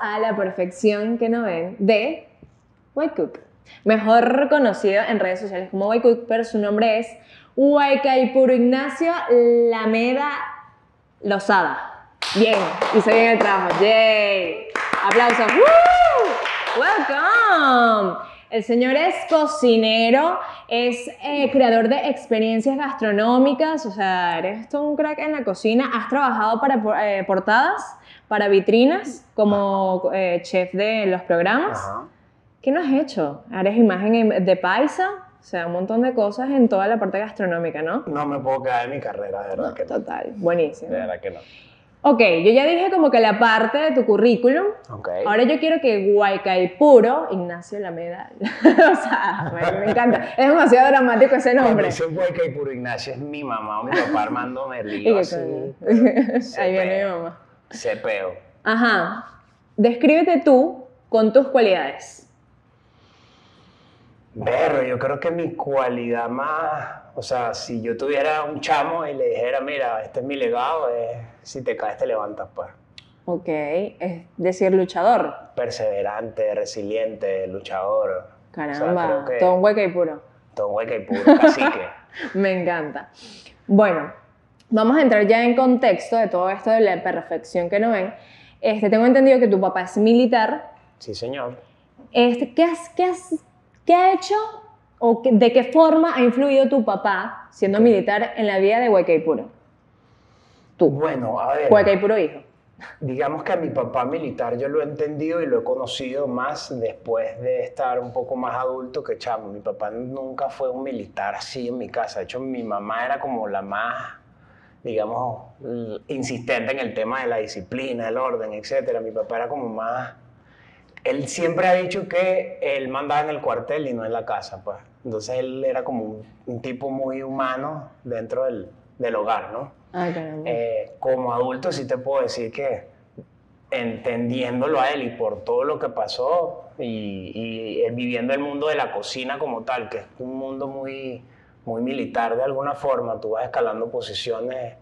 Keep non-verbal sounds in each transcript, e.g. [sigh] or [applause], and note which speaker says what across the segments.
Speaker 1: a la perfección que no ven de Waycook, mejor conocido en redes sociales como Waycook, pero su nombre es Waikaipuro Ignacio Lameda Lozada. Bien, hice bien el trabajo. ¡Yay! ¡Aplausos! ¡Woo! ¡Welcome! El señor es cocinero, es eh, creador de experiencias gastronómicas, o sea, eres todo un crack en la cocina. Has trabajado para eh, portadas, para vitrinas, como eh, chef de los programas.
Speaker 2: Ajá.
Speaker 1: ¿Qué no has hecho? Eres imagen en- de paisa, o sea, un montón de cosas en toda la parte gastronómica, ¿no?
Speaker 2: No me puedo quedar en mi carrera, de verdad que no.
Speaker 1: Total, buenísimo.
Speaker 2: De verdad que no.
Speaker 1: Ok, yo ya dije como que la parte de tu currículum.
Speaker 2: Ok.
Speaker 1: Ahora yo quiero que Guaycaipuro, Ignacio Lameda, [laughs] o sea, me, me encanta, es demasiado dramático ese
Speaker 2: Cuando
Speaker 1: nombre.
Speaker 2: Dice Guayca y Puro Ignacio, es mi mamá, mi [laughs] papá
Speaker 1: [laughs]
Speaker 2: Armando
Speaker 1: Y
Speaker 2: Merlío.
Speaker 1: que
Speaker 2: así,
Speaker 1: coño.
Speaker 2: se
Speaker 1: Ahí viene mi
Speaker 2: pega.
Speaker 1: mamá.
Speaker 2: Se peo.
Speaker 1: Ajá, descríbete tú con tus cualidades.
Speaker 2: Pero yo creo que mi cualidad más, o sea, si yo tuviera un chamo y le dijera, mira, este es mi legado, es si te caes te levantas, pues.
Speaker 1: Ok, es decir, luchador.
Speaker 2: Perseverante, resiliente, luchador.
Speaker 1: Caramba,
Speaker 2: creo que-
Speaker 1: todo un Guaycaipuro.
Speaker 2: Todo hueca
Speaker 1: [laughs]
Speaker 2: y puro, cacique.
Speaker 1: Me encanta. Bueno, vamos a entrar ya en contexto de todo esto de la perfección que no ven. Este, tengo entendido que tu papá es militar.
Speaker 2: Sí, señor.
Speaker 1: Este, ¿qué, has, qué, has- qué ha hecho o qué- de qué forma ha influido tu papá siendo militar en la vida de Huaycaipuro? Tú,
Speaker 2: Bueno, a ver.
Speaker 1: Huaycaipuro hijo.
Speaker 2: Digamos que a mi papá militar yo lo he entendido y lo he conocido más después de estar un poco más adulto que chamo. Mi papá nunca fue un militar así en mi casa. De hecho, mi mamá era como la más, digamos, l- insistente en el tema de la disciplina, el orden, etcétera. Mi papá era como más... Él siempre ha dicho que él mandaba en el cuartel y no en la casa, pues. Entonces él era como un, un tipo muy humano dentro del, del hogar, ¿no?
Speaker 1: Ay, Ah, caramba.
Speaker 2: Eh, como adulto sí te puedo decir que entendiéndolo a él y por todo lo que pasó y, y, eh, viviendo el mundo de la cocina como tal, que es un mundo muy, muy militar de alguna forma, tú vas escalando posiciones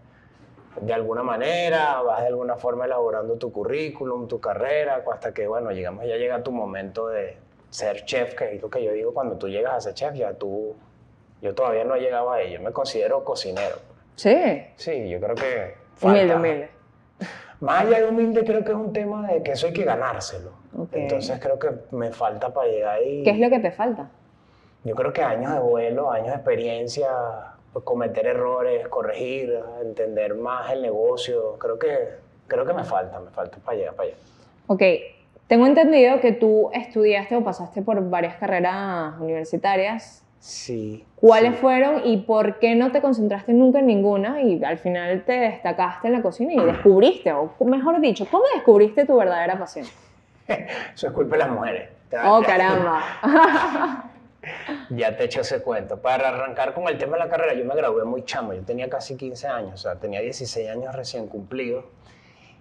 Speaker 2: de alguna manera, vas de alguna forma elaborando tu currículum, tu carrera, hasta que, bueno, llegamos, ya llega tu momento de ser chef, que es lo que yo digo, cuando tú llegas a ser chef, ya tú, yo todavía no he llegado a ello, yo me considero cocinero.
Speaker 1: sí,
Speaker 2: Sí, yo creo que.
Speaker 1: humilde,
Speaker 2: falta.
Speaker 1: humilde.
Speaker 2: Más allá de humilde, creo que es un tema de que eso hay que ganárselo.
Speaker 1: Ok.
Speaker 2: Entonces creo que me falta para llegar ahí.
Speaker 1: ¿Qué es lo que te falta?
Speaker 2: Yo creo que años de vuelo, años de experiencia, pues, cometer errores, corregir, entender más el negocio. Creo que, creo que me falta, me falta para llegar para allá.
Speaker 1: Ok, tengo entendido que tú estudiaste o pasaste por varias carreras universitarias.
Speaker 2: Sí.
Speaker 1: ¿Cuáles fueron y por qué no te concentraste nunca en ninguna y al final te destacaste en la cocina y descubriste, o mejor dicho, ¿cómo descubriste tu verdadera pasión?
Speaker 2: Eso es culpa de las mujeres. Ya-
Speaker 1: Oh,
Speaker 2: ya- [laughs]
Speaker 1: caramba.
Speaker 2: Ya te echo ese cuento. Para arrancar con el tema de la carrera, yo me gradué muy chamo. Yo tenía casi 15 años, o sea, tenía 16 años recién cumplidos.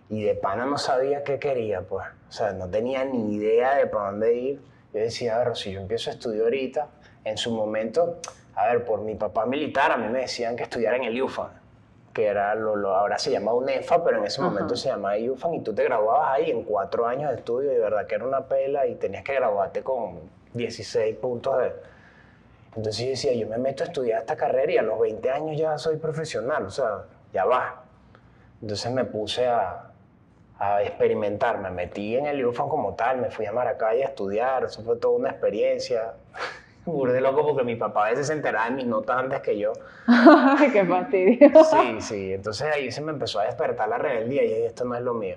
Speaker 2: Y de pana no sabía qué quería, pues. O sea, no tenía ni idea de para dónde ir. Yo decía, a ver, si yo empiezo a estudiar ahorita, en su momento, a ver, por mi papá militar, a mí me decían que estudiara en el IUFAN, que era lo, lo- ahora se llama UNEFA, pero en ese
Speaker 1: Ajá.
Speaker 2: momento se llamaba IUFAN, y tú te graduabas ahí en cuatro años de estudio, y de verdad que era una pela, y tenías que graduarte con 16 puntos de, entonces yo decía, yo me meto a estudiar esta carrera y a los 20 años ya soy profesional, o sea, ya va. Entonces me puse a, a experimentar, me metí en el UFAN como tal, me fui a Maracay a estudiar, eso fue toda una experiencia. [laughs] Burde loco porque mi papá a veces se enteraba de mis notas antes que yo.
Speaker 1: Ay, [laughs] qué fastidio.
Speaker 2: Sí, sí, entonces ahí se me empezó a despertar la rebeldía y yo dije, esto no es lo mío.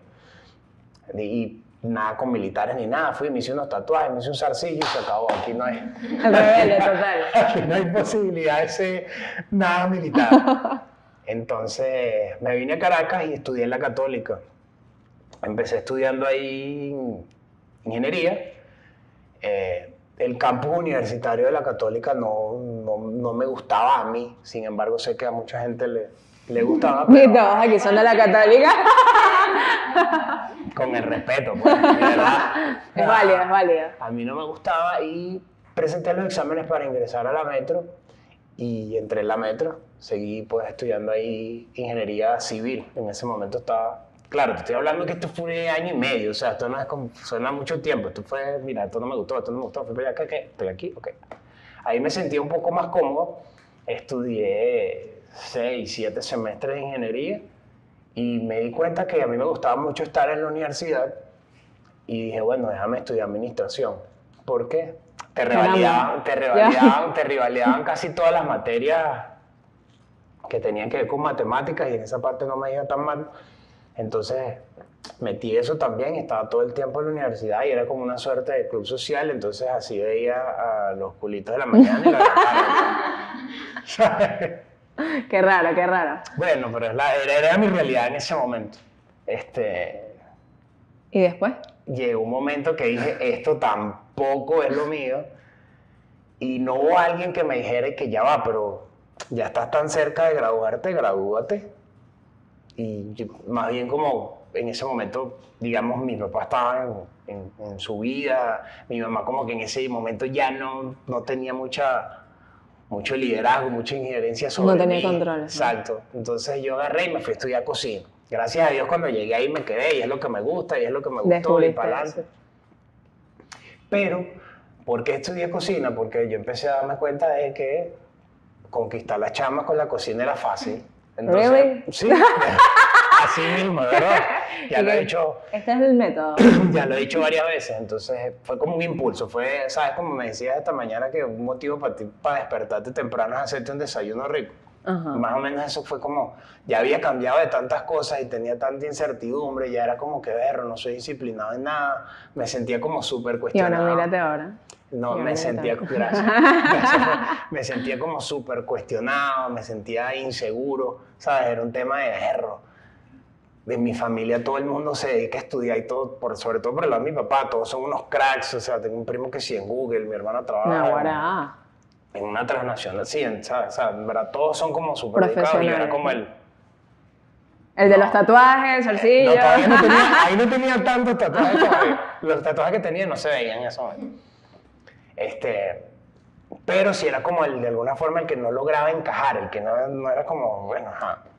Speaker 2: Y, y nada con militares ni nada, fui, me hice unos tatuajes, me hice un zarcillo y se acabó, aquí no hay...
Speaker 1: El rebelde, total.
Speaker 2: [laughs] Aquí no hay posibilidad de ser nada militar. Entonces me vine a Caracas y estudié en la Católica. Empecé estudiando ahí ingeniería. Eh, el campus universitario de la Católica no, no- no me gustaba a mí, sin embargo sé que a mucha gente le,
Speaker 1: [laughs]
Speaker 2: le gustaba.
Speaker 1: Y
Speaker 2: pero-
Speaker 1: todos aquí son de la
Speaker 2: [laughs]
Speaker 1: católica.
Speaker 2: con el respeto, pues, de verdad.
Speaker 1: Es válido, es válido.
Speaker 2: A mí no me gustaba y presenté los exámenes para ingresar a la metro y entré en la metro. Seguí pues estudiando ahí ingeniería civil. En ese momento estaba Claro, te estoy hablando que esto fue año y medio, o sea, esto no es como, suena mucho tiempo, esto fue, mira, esto no me gustó, esto no me gustó, fui para acá, ¿qué? estoy aquí, ok. Ahí me sentí un poco más cómodo, estudié seis, siete semestres de ingeniería y me di cuenta que a mí me gustaba mucho estar en la universidad y dije, bueno, déjame estudiar administración. ¿Por qué? Te
Speaker 1: Caramba.
Speaker 2: revalidaban, te
Speaker 1: Ya.
Speaker 2: revalidaban, te revalidaban casi todas las materias que tenían que ver con matemáticas y en esa parte no me iba tan mal. Entonces metí eso también, estaba todo el tiempo en la universidad y era como una suerte de club social, entonces así veía a los culitos de la mañana y la de la tarde. ¿Sabes? [laughs]
Speaker 1: Qué raro, qué raro.
Speaker 2: Bueno, pero es la- era, era mi realidad en ese momento. Este,
Speaker 1: ¿Y después?
Speaker 2: llegó un momento que dije, esto tampoco es lo mío. Y no hubo alguien que me dijera que ya va, pero ya estás tan cerca de graduarte, gradúate. Y yo- más bien como en ese momento, digamos, mi papá estaba en, en- en su vida, mi mamá como que en ese momento ya no, no tenía mucha, mucho liderazgo, mucha injerencia sobre
Speaker 1: No tenía
Speaker 2: mí.
Speaker 1: control, ajá.
Speaker 2: Exacto. Entonces yo agarré y me fui a estudiar cocina. Gracias a Dios cuando llegué ahí me quedé y es lo que me gusta y es lo que me gustó y
Speaker 1: Descubriste
Speaker 2: para adelante.
Speaker 1: eso.
Speaker 2: Pero, ¿por qué estudié cocina? Porque yo empecé a darme cuenta de que conquistar las chamas con la cocina era fácil. Entonces,
Speaker 1: Really? [laughs]
Speaker 2: Sí, así mismo, de ¿verdad? Ya
Speaker 1: Y
Speaker 2: lo,
Speaker 1: que
Speaker 2: he hecho, [clears throat]
Speaker 1: Este es el
Speaker 2: [coughs]
Speaker 1: método.
Speaker 2: ya lo he dicho varias veces, entonces fue como un impulso, fue, ¿sabes? Como me decías esta mañana que un motivo para ti, para despertarte temprano es hacerte un desayuno rico.
Speaker 1: Ajá.
Speaker 2: Más o menos eso fue como, ya había cambiado de tantas cosas y tenía tanta incertidumbre, ya era como que verro, no soy disciplinado en nada, me sentía como
Speaker 1: Y
Speaker 2: súper
Speaker 1: ahora
Speaker 2: cuestionado.
Speaker 1: mírate ahora.
Speaker 2: No,
Speaker 1: Ya,
Speaker 2: me
Speaker 1: ya
Speaker 2: sentía,
Speaker 1: está.
Speaker 2: gracias, Gracias. me sentía como súper cuestionado, me sentía inseguro, ¿sabes? Era un tema de error. De mi familia todo el mundo se dedica a estudiar y todo, por, sobre todo por el lado de mi papá, todos son unos cracks, o sea, tengo un primo que sí en Google, mi hermana trabaja en-
Speaker 1: Naguará.
Speaker 2: en, una transnacional, sí, en- ¿sabes? O sea, en verdad, todos son como súper educados y yo era
Speaker 1: Profesionales.
Speaker 2: como el...
Speaker 1: El de
Speaker 2: No.
Speaker 1: los tatuajes, el
Speaker 2: No,
Speaker 1: solcillo.
Speaker 2: todavía no tenía- ahí no tenía tantos tatuajes todavía. Los tatuajes que tenía no se veían en ese momento. Este, pero sí era como el, de alguna forma el que no lograba encajar, el que no, no era como, bueno, ajá.
Speaker 1: [laughs]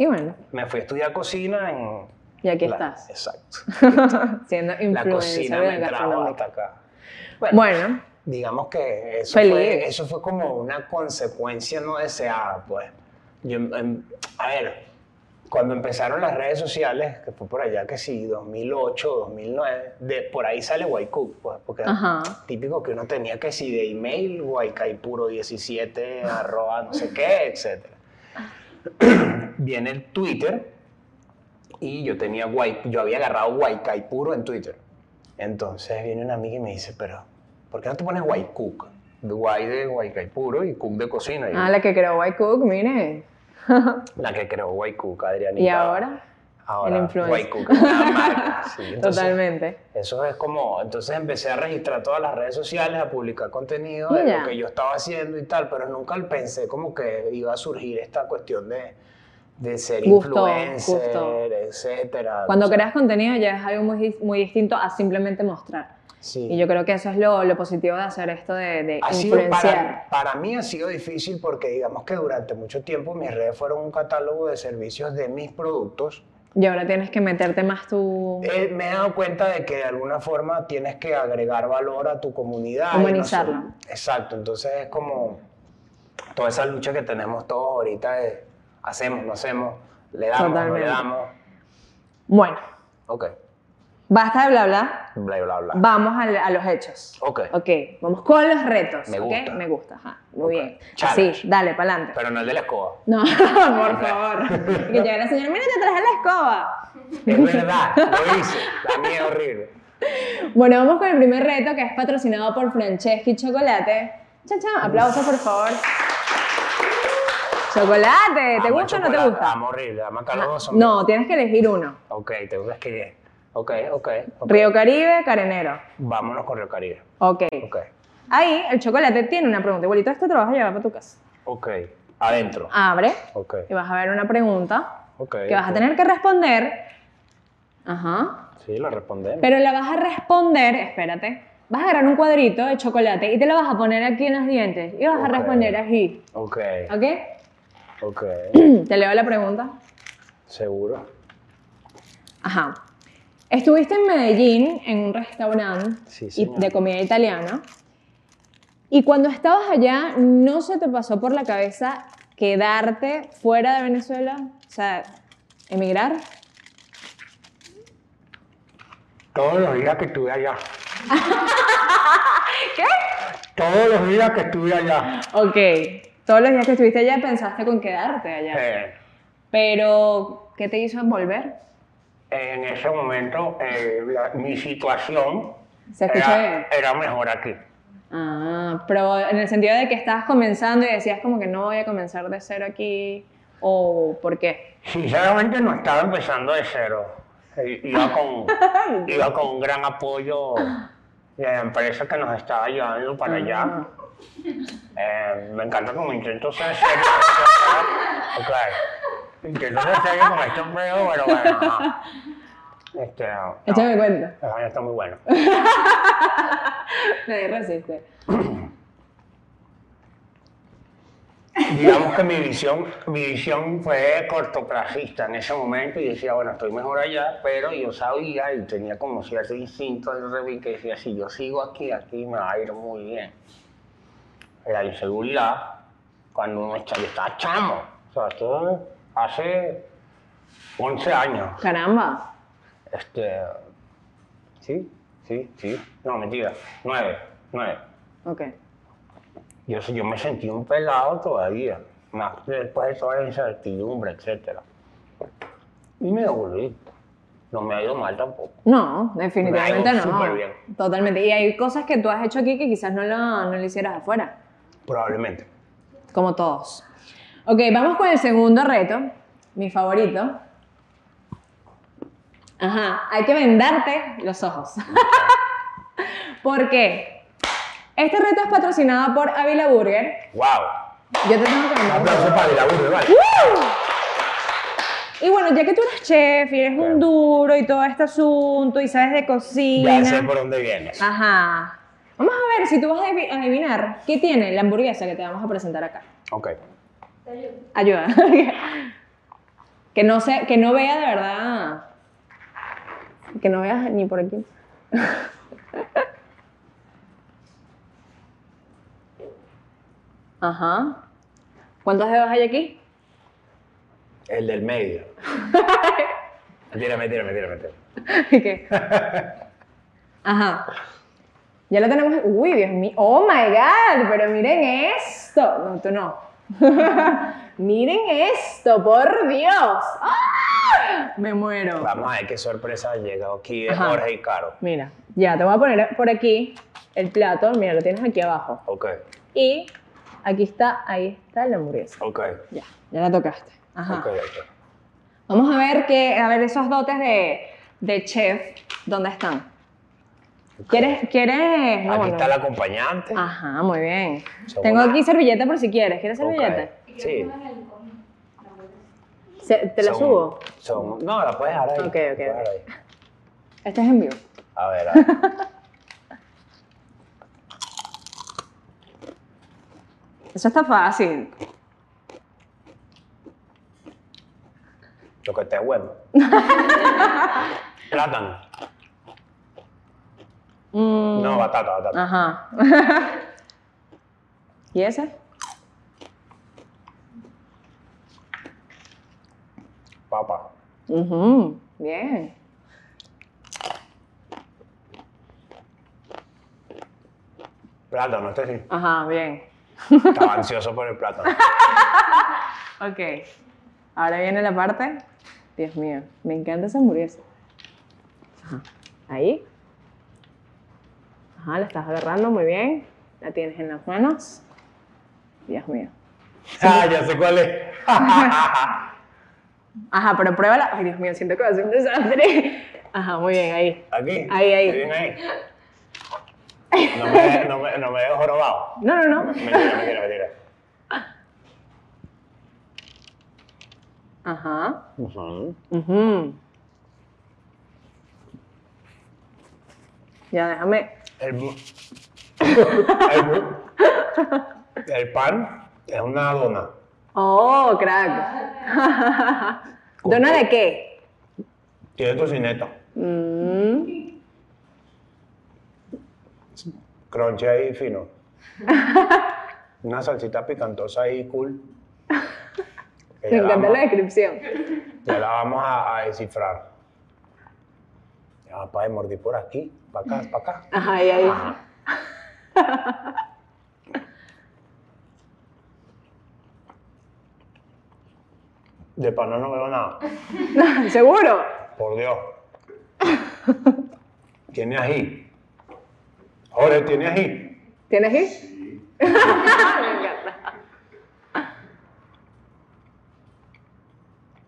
Speaker 1: Y bueno,
Speaker 2: Me fui a estudiar cocina en...
Speaker 1: y aquí
Speaker 2: la-
Speaker 1: estás.
Speaker 2: Exacto.
Speaker 1: Siendo
Speaker 2: La
Speaker 1: influencer
Speaker 2: cocina
Speaker 1: de la
Speaker 2: me trajo
Speaker 1: gastronomía.
Speaker 2: hasta acá.
Speaker 1: Bueno,
Speaker 2: digamos que eso
Speaker 1: Feliz.
Speaker 2: fue, eso fue como una consecuencia no deseada, pues. Yo, em, a ver, cuando empezaron las redes sociales, que fue por allá que sí, 2008, 2009, de, por ahí sale Waiku, pues, porque era
Speaker 1: Ajá.
Speaker 2: típico que uno tenía que sí de
Speaker 1: [laughs]
Speaker 2: email, guaycaipuro17, arroba no sé qué, etc. Viene el Twitter y yo tenía guay, yo había agarrado Guaycaipuro en Twitter. Entonces viene una amiga y me dice, pero ¿por qué no te pones Guaycook? Guay de Guaycaipuro y cook de cocina. Y yo,
Speaker 1: ah, la que creó White Cook, miren.
Speaker 2: La que creó Guaycook, Adrianita.
Speaker 1: Y ahora,
Speaker 2: Ahora,
Speaker 1: el influencer.
Speaker 2: Guaycook es una marca,
Speaker 1: [laughs]
Speaker 2: sí. Entonces,
Speaker 1: totalmente.
Speaker 2: Eso es como, entonces empecé a registrar todas las redes sociales, a publicar contenido de
Speaker 1: Mira.
Speaker 2: lo que yo estaba haciendo y tal, pero nunca pensé como que iba a surgir esta cuestión de, de ser
Speaker 1: Gusto,
Speaker 2: influencer,
Speaker 1: gusto.
Speaker 2: etcétera.
Speaker 1: Cuando
Speaker 2: O sea,
Speaker 1: creas contenido ya es algo muy, dis- muy distinto a simplemente mostrar.
Speaker 2: sí.
Speaker 1: Y yo creo que eso es lo, lo positivo de hacer esto de, de
Speaker 2: Ha sido
Speaker 1: influenciar.
Speaker 2: para, para mí ha sido difícil porque digamos que durante mucho tiempo mis redes fueron un catálogo de servicios de mis productos.
Speaker 1: Y ahora tienes que meterte más tu...
Speaker 2: Eh, me he dado cuenta de que de alguna forma tienes que agregar valor a tu comunidad. y
Speaker 1: Humanizarla.
Speaker 2: no sé. Exacto, entonces es como toda esa lucha que tenemos todos ahorita de hacemos, no hacemos, le damos, no
Speaker 1: Totalmente.
Speaker 2: le damos.
Speaker 1: Bueno,
Speaker 2: Ok,
Speaker 1: basta de bla bla,
Speaker 2: bla, bla, bla.
Speaker 1: vamos al- a, los hechos.
Speaker 2: Ok.
Speaker 1: Ok, vamos con los retos.
Speaker 2: Me
Speaker 1: ¿ok?
Speaker 2: gusta.
Speaker 1: Me gusta, ajá, muy
Speaker 2: Ok.
Speaker 1: bien.
Speaker 2: Challenge.
Speaker 1: Así, dale, para adelante.
Speaker 2: Pero no el de la escoba.
Speaker 1: No, [laughs] por favor. Que llega la señora, mira, te traje la escoba.
Speaker 2: Es verdad, lo hice. La mía es horrible.
Speaker 1: Bueno, vamos con el primer reto que es patrocinado por Franceschi Chocolate. Cha, cha, aplausos, por favor. Chocolate, ¿te
Speaker 2: Amo el
Speaker 1: gusta o no te
Speaker 2: chocolate,
Speaker 1: gusta?
Speaker 2: Amo horrible, amo caluroso.
Speaker 1: No, tienes que elegir uno.
Speaker 2: Ok, tengo que escribir. Ok, ok. ok.
Speaker 1: Río Caribe, Carenero.
Speaker 2: Vámonos con Río Caribe.
Speaker 1: Ok.
Speaker 2: Ok,
Speaker 1: Ahí el chocolate tiene una pregunta. Igualito esto te lo vas a llevar para tu casa.
Speaker 2: ok. Adentro.
Speaker 1: Abre
Speaker 2: Ok,
Speaker 1: y vas a ver una pregunta
Speaker 2: ok.
Speaker 1: que vas a tener que responder. Ajá.
Speaker 2: Sí, lo respondemos.
Speaker 1: Pero la vas a responder, espérate. Vas a agarrar un cuadrito de chocolate y te lo vas a poner aquí en los dientes. Y vas
Speaker 2: Ok.
Speaker 1: a responder aquí.
Speaker 2: Ok,
Speaker 1: ¿Ok? [clears throat]
Speaker 2: ok.
Speaker 1: Te leo la pregunta.
Speaker 2: Seguro.
Speaker 1: Ajá. Estuviste en Medellín en un restaurante
Speaker 3: Sí,
Speaker 1: y-
Speaker 3: señor.
Speaker 1: de comida italiana y cuando estabas allá no se te pasó por la cabeza quedarte fuera de Venezuela, o sea, emigrar.
Speaker 2: Todos los días que estuve allá.
Speaker 1: [laughs]
Speaker 2: ¿Qué? Todos los días que estuve allá.
Speaker 1: Ok, todos los días que estuviste allá pensaste con quedarte allá,
Speaker 2: Eh,
Speaker 1: pero ¿qué te hizo volver?
Speaker 2: en ese momento eh, la- mi situación
Speaker 1: ¿Se escucha bien?
Speaker 2: era, era mejor aquí.
Speaker 1: Ah, pero en el sentido de que estabas comenzando y decías como que no voy a comenzar de cero aquí, o ¿por qué?
Speaker 2: Sinceramente no estaba empezando de cero. I-
Speaker 1: [laughs]
Speaker 2: Iba con, iba con un gran apoyo de la empresa que nos estaba ayudando
Speaker 1: Ah.
Speaker 2: para allá. Eh, me encanta como intento ser serio. ¿no? claro. Intento ser serio con este empleo, pero bueno. ajá. Este, no,
Speaker 1: Échame cuenta.
Speaker 2: el baño está muy bueno.
Speaker 1: Nadie resiste.
Speaker 2: Digamos que mi visión, mi visión fue cortoplacista en ese momento y decía, bueno, estoy mejor allá, pero yo sabía y tenía como cierto instinto de revivir que decía, si yo sigo aquí, aquí me va a ir muy bien. La inseguridad, cuando uno está, yo estaba chamo, o sea, esto hace 11 años.
Speaker 1: Caramba.
Speaker 2: Este. Sí, sí, sí. No, mentira. Nueve, nueve.
Speaker 1: Ok.
Speaker 2: Yo, sí- yo me sentí un pelado todavía, más después de toda la incertidumbre, etc. Y me devolví. No me ha ido mal tampoco.
Speaker 1: No, definitivamente
Speaker 2: Me ha ido
Speaker 1: no.
Speaker 2: súper bien.
Speaker 1: Totalmente. Y hay cosas que tú has hecho aquí que quizás no lo, no lo hicieras afuera,
Speaker 2: Probablemente.
Speaker 1: como todos. Ok, vamos con el segundo reto, mi favorito. Ajá, hay que vendarte los ojos. [laughs] ¿Por qué? Este reto es patrocinado por Avila Burger.
Speaker 2: ¡Wow!
Speaker 1: Yo te tengo que
Speaker 2: Un
Speaker 1: vender.
Speaker 2: aplauso para el aburre, ¿vale?
Speaker 1: Y bueno, ya que tú eres chef y eres un
Speaker 2: Claro.
Speaker 1: duro y todo este asunto y sabes de cocina.
Speaker 2: Ya sé por dónde vienes.
Speaker 1: Ah. Ajá. Vamos a ver si tú vas a adivi- a adivinar qué tiene la hamburguesa que te vamos a presentar acá.
Speaker 2: Ok.
Speaker 1: Ayuda. [laughs] que no se, que no vea de verdad. Que no veas ni por aquí. [laughs] Ajá. ¿Cuántos dedos hay aquí? [laughs]
Speaker 3: El del medio. mentira, mentira, mentira, mentira.
Speaker 1: ¿Y qué? Ajá. Ya lo tenemos. Uy, Dios mío. Oh my God, pero miren esto. No, tú no. [laughs] miren esto, por Dios. ¡Ah! Me muero.
Speaker 3: Vamos a ver qué sorpresa ha llegado aquí de
Speaker 1: Ajá.
Speaker 3: Jorge y Caro.
Speaker 1: Mira, ya te voy a poner por aquí el plato. Mira, lo tienes aquí abajo.
Speaker 3: Ok,
Speaker 1: Y aquí está, ahí está la hamburguesa.
Speaker 3: ok,
Speaker 1: Ya, ya la tocaste. Ajá.
Speaker 3: ok, ok.
Speaker 1: Vamos a ver que, a ver esos dotes de, de chef, ¿dónde están? ¿Quieres? Ah, ¿Quieres? no,
Speaker 3: Aquí
Speaker 1: no.
Speaker 3: está el acompañante.
Speaker 1: Ajá, muy bien.
Speaker 3: Segunda.
Speaker 1: Tengo aquí servilleta por si quieres. ¿Quieres
Speaker 3: Ok.
Speaker 1: servilleta?
Speaker 3: Sí.
Speaker 1: Se- ¿Te la
Speaker 3: Son-
Speaker 1: subo?
Speaker 3: son- no, la puedes dejar ahí.
Speaker 1: Ok, ok,
Speaker 3: la puedes
Speaker 1: ok.
Speaker 3: dejar ahí.
Speaker 1: Este es en vivo.
Speaker 3: A ver, a
Speaker 1: [laughs]
Speaker 3: ver.
Speaker 1: Eso está fácil.
Speaker 3: Lo que esté bueno. Plátano.
Speaker 1: Mm,
Speaker 3: No, batata, batata.
Speaker 1: Ajá. [laughs] ¿Y ese? Ah.
Speaker 3: Papa.
Speaker 1: Ujú, Bien.
Speaker 3: Plátano, este
Speaker 1: [laughs]
Speaker 3: sí.
Speaker 1: Ajá, bien.
Speaker 3: Estaba ansioso por el
Speaker 1: [laughs]
Speaker 3: plátano.
Speaker 1: Ok. Ahora viene la parte. Dios mío, me encanta esa hamburguesa. Ajá. Ahí. Ajá, la estás agarrando muy bien. La tienes en las manos. Dios mío.
Speaker 3: ah, ya sé cuál
Speaker 1: [laughs]
Speaker 3: es.
Speaker 1: Ajá, pero pruébala. Ay, Dios mío, siento que va a ser un desastre. [laughs] Ajá, muy bien, ahí.
Speaker 3: Aquí.
Speaker 1: Ahí, ahí.
Speaker 3: Bien ahí. No me, no me, no me dejo jorobado.
Speaker 1: No, no, no.
Speaker 3: Mentira, mentira, mentira.
Speaker 1: Ajá.
Speaker 3: Ujú.
Speaker 1: Ujú. Ya, déjame.
Speaker 3: El, bu- el, bu- el pan es una dona.
Speaker 1: [laughs] Oh, crack. ¿Dona de qué?
Speaker 2: Tiene tocineta.
Speaker 1: Mm.
Speaker 2: Crunchy
Speaker 1: [laughs]
Speaker 2: ahí fino. Una salsita picantosa ahí cool.
Speaker 1: Me
Speaker 2: Que ya la
Speaker 1: encanta la
Speaker 2: vamos-
Speaker 1: descripción.
Speaker 2: ya la vamos a, a descifrar. Ya, para de mordir por aquí, para acá, para acá.
Speaker 1: Ajá, ahí, ahí. [laughs]
Speaker 2: De pana no veo nada.
Speaker 1: ¿Seguro?
Speaker 2: Por Dios.
Speaker 1: [laughs]
Speaker 2: Tiene ají. Jorge, tiene ají.
Speaker 1: ¿Tienes ahí? [laughs] Me encanta.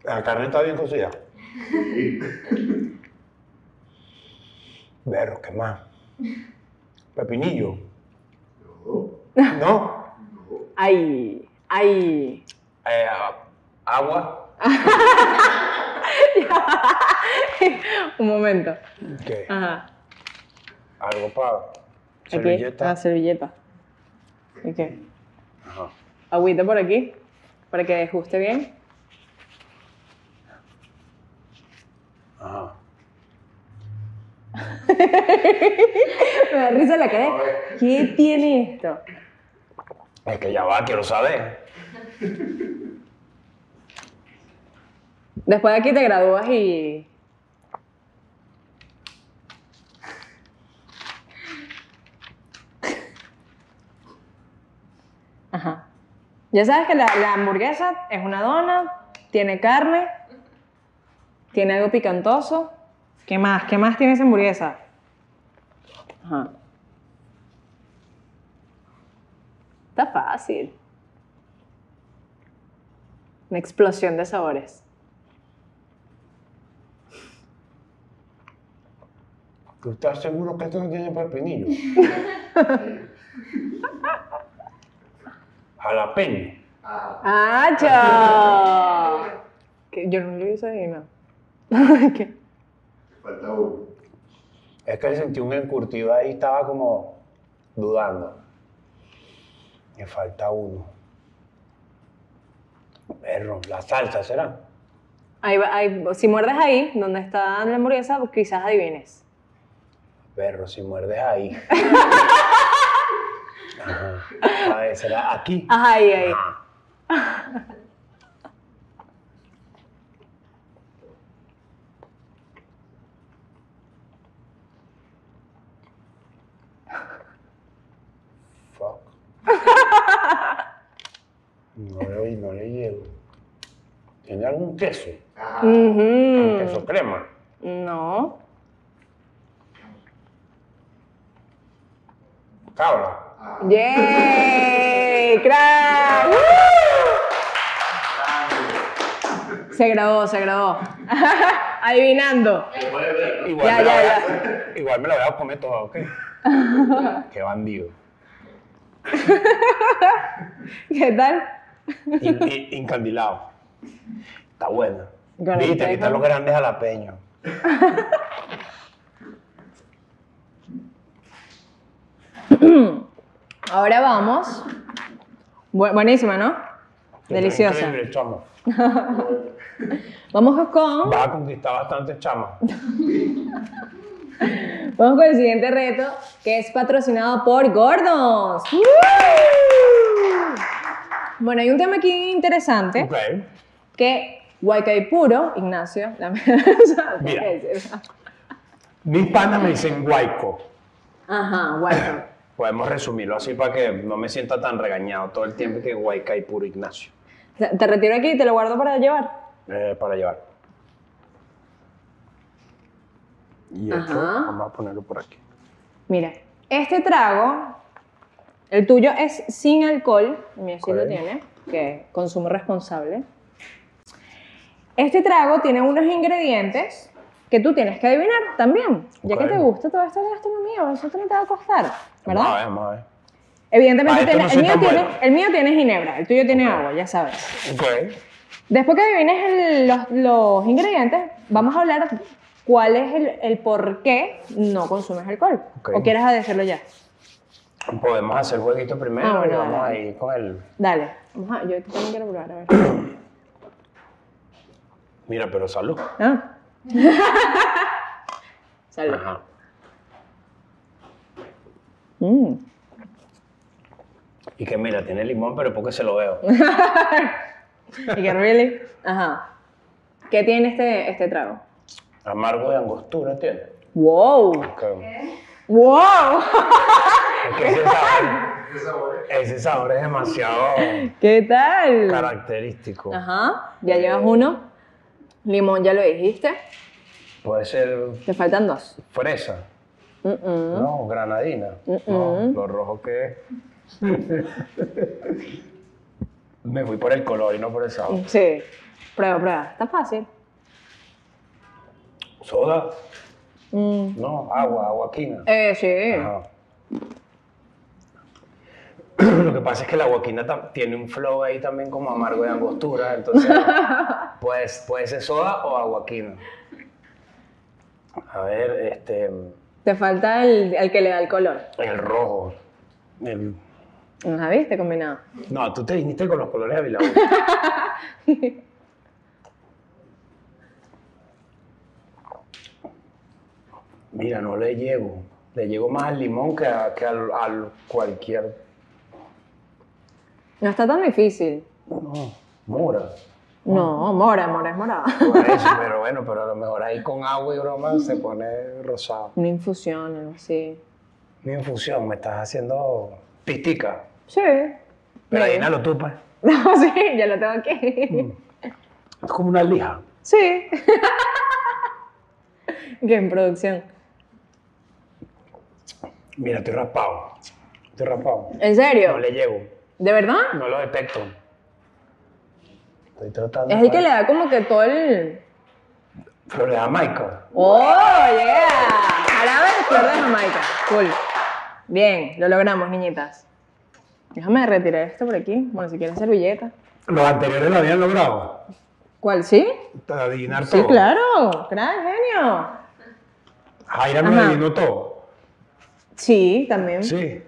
Speaker 2: La carne está bien cocida. Verro, ¿qué más? Pepinillo. [laughs] No.
Speaker 1: Ay, ay.
Speaker 2: Eh, a- agua.
Speaker 1: [laughs] Un momento.
Speaker 2: ¿Qué?
Speaker 1: Ajá.
Speaker 2: Algo para.
Speaker 1: Aquí.
Speaker 2: Servilleta.
Speaker 1: Ah, servilleta. Ok.
Speaker 2: Ajá.
Speaker 1: Agüita por aquí, para que deguste bien. [laughs]
Speaker 2: Ajá.
Speaker 1: Me da risa la cara. de, ¿Qué tiene esto?
Speaker 2: Es que ya va, quiero saber.
Speaker 1: Después de aquí te gradúas y. Ajá. Ya sabes que la, la hamburguesa es una dona, tiene carne, tiene algo picantoso. ¿Qué más? ¿Qué más tiene esa hamburguesa? Ajá. Está fácil. Una explosión de sabores.
Speaker 2: ¿Tú estás seguro que esto no tiene [laughs] pepinillo? Jalapeño.
Speaker 1: ¡Acho! Que yo no lo hice adivinar. [laughs] ¿Qué?
Speaker 4: Falta uno.
Speaker 2: Es que sentí un encurtido ahí, estaba como dudando. Me falta uno. Perro, la salsa será.
Speaker 1: Ahí va- ahí- si muerdes ahí, donde está la hamburguesa, pues quizás adivines.
Speaker 2: Perro, si muerdes ahí. Ajá. A ver, será aquí.
Speaker 1: Ajá, ahí, ahí.
Speaker 2: Ajá. Fuck. No le, no le llego. ¿Tiene algún queso?
Speaker 4: Ajá.
Speaker 2: ¿Un
Speaker 1: Ujú.
Speaker 2: queso crema?
Speaker 1: No.
Speaker 2: Cabra.
Speaker 4: Ajá.
Speaker 1: ¡Yay! ¡Crack! ¡Woo! Se grabó, se grabó. [laughs] Adivinando.
Speaker 4: Se puede ver, ¿no?
Speaker 2: Igual,
Speaker 1: Ya,
Speaker 2: me la
Speaker 1: ya,
Speaker 2: voy a- igual me la voy a comer toda, ¿ok? Qué bandido.
Speaker 1: ¿Qué tal?
Speaker 2: In- in- Incandilado. Está buena.
Speaker 1: Con el
Speaker 2: Viste, aquí están
Speaker 1: tejo.
Speaker 2: los grandes jalapeños.
Speaker 1: Ahora vamos. Bu- buenísima, ¿no? Deliciosa.
Speaker 2: Increíble, chamo.
Speaker 1: Vamos con,
Speaker 2: Vas a conquistar bastante chama.
Speaker 1: vamos con el siguiente reto, que es patrocinado por Gordons. ¡Woo! Bueno, hay un tema aquí interesante,
Speaker 2: Ok.
Speaker 1: que Guaycaipuro, Ignacio, la [laughs] mesa,
Speaker 2: Mira. Mis panas me dicen guayco.
Speaker 1: Ajá, Guayco.
Speaker 2: Podemos resumirlo así para que no me sienta tan regañado todo el tiempo que guayca y puro Ignacio.
Speaker 1: O sea, Te retiro aquí y te lo guardo para llevar.
Speaker 2: eh, para llevar. Y esto,
Speaker 1: Ajá.
Speaker 2: vamos a ponerlo por aquí.
Speaker 1: Mira, este trago, el tuyo es sin alcohol, el mío sí
Speaker 2: Ok.
Speaker 1: lo tiene, que consumo responsable. Este trago tiene unos ingredientes que tú tienes que adivinar también, ya que
Speaker 2: Ok.
Speaker 1: te gusta toda esta gastronomía, eso también te va a costar,
Speaker 2: Vamos a
Speaker 1: ¿verdad?
Speaker 2: ver, vamos a ver.
Speaker 1: Evidentemente,
Speaker 2: Ah, esto
Speaker 1: tiene-
Speaker 2: no
Speaker 1: el,
Speaker 2: soy
Speaker 1: mío
Speaker 2: tan
Speaker 1: tiene,
Speaker 2: bueno.
Speaker 1: el mío tiene ginebra, el tuyo tiene agua, ya sabes.
Speaker 2: Ok.
Speaker 1: Después que adivines el- los, los ingredientes, vamos a hablar cuál es el, el por qué no consumes alcohol.
Speaker 2: Ok.
Speaker 1: ¿O quieres decirlo ya?
Speaker 2: Podemos hacer jueguito primero
Speaker 1: Ah, bueno,
Speaker 2: y vamos
Speaker 1: dale.
Speaker 2: ahí con el.
Speaker 1: Dale. Vamos a- yo también quiero probar, a ver.
Speaker 2: Mira, pero salud.
Speaker 1: [laughs] Ah, Salud.
Speaker 2: Ajá.
Speaker 1: Mm.
Speaker 2: Y que mira, tiene limón, pero porque se lo veo.
Speaker 1: Y que really. Ajá. ¿Qué tiene este, este trago?
Speaker 2: Amargo de angostura tiene.
Speaker 1: ¡Wow!
Speaker 2: Que-
Speaker 1: ¡Wow!
Speaker 2: es que ese, sabor,
Speaker 5: ¿Qué sabor es?
Speaker 2: ese sabor es demasiado
Speaker 1: [laughs] ¿Qué tal?
Speaker 2: característico.
Speaker 1: Ah. Ajá. Ya llevas uno. Limón, ya lo dijiste.
Speaker 2: Puede ser
Speaker 1: Te faltan dos.
Speaker 2: fresa,
Speaker 1: Mm, mm.
Speaker 2: ¿no? Granadina. No,
Speaker 1: Mm-mm.
Speaker 2: lo rojo que es. [laughs] Me fui por el color y no por el sabor.
Speaker 1: Sí. Prueba, prueba. Está fácil.
Speaker 2: Soda,
Speaker 1: Mm.
Speaker 2: no, agua, agua quina.
Speaker 1: Eh, sí.
Speaker 2: Ajá. [clears throat] Lo que pasa es que la guaquina tam- tiene un flow ahí también como amargo de angostura, entonces pues, puede ser soda o aguaquina. A ver, este,
Speaker 1: Te falta el, el que le da el color.
Speaker 2: el rojo. el-
Speaker 1: Ajá, ¿viste? Combinado.
Speaker 2: No, tú te viniste con los colores de Bilbao. [laughs] Mira, no le llego. Le llego más al limón que, a, que al, al cualquier
Speaker 1: No está tan difícil.
Speaker 2: No, mora.
Speaker 1: No, mora, mora es morada.
Speaker 2: Por eso, pero bueno, pero a lo mejor ahí con agua y broma se pone rosado.
Speaker 1: Una infusión, algo así.
Speaker 2: Mi infusión, me estás haciendo pistica.
Speaker 1: Sí. [laughs]
Speaker 2: Pero
Speaker 1: Bien.
Speaker 2: adínalo tú, pues.
Speaker 1: No, sí, ya lo tengo aquí.
Speaker 2: Es como una lija.
Speaker 1: Sí. [laughs] que en producción.
Speaker 2: Mira, estoy raspado. Estoy raspado.
Speaker 1: ¿En serio?
Speaker 2: No le llego.
Speaker 1: ¿De verdad?
Speaker 2: No lo detecto. Estoy tratando.
Speaker 1: Es el que le da como que todo el...
Speaker 2: Pero le da Michael.
Speaker 1: ¡Oh, yeah! Jarabe de flor de Jamaica. Cool. Bien, lo logramos, niñitas. Déjame retirar esto por aquí. Bueno, si quieres servilleta.
Speaker 2: Los anteriores lo habían logrado.
Speaker 1: ¿Cuál? ¿Sí?
Speaker 2: Adivinar
Speaker 1: Sí, claro. Gran genio.
Speaker 2: Jaira
Speaker 1: Ajá.
Speaker 2: todo.
Speaker 1: Sí, también.
Speaker 2: Sí.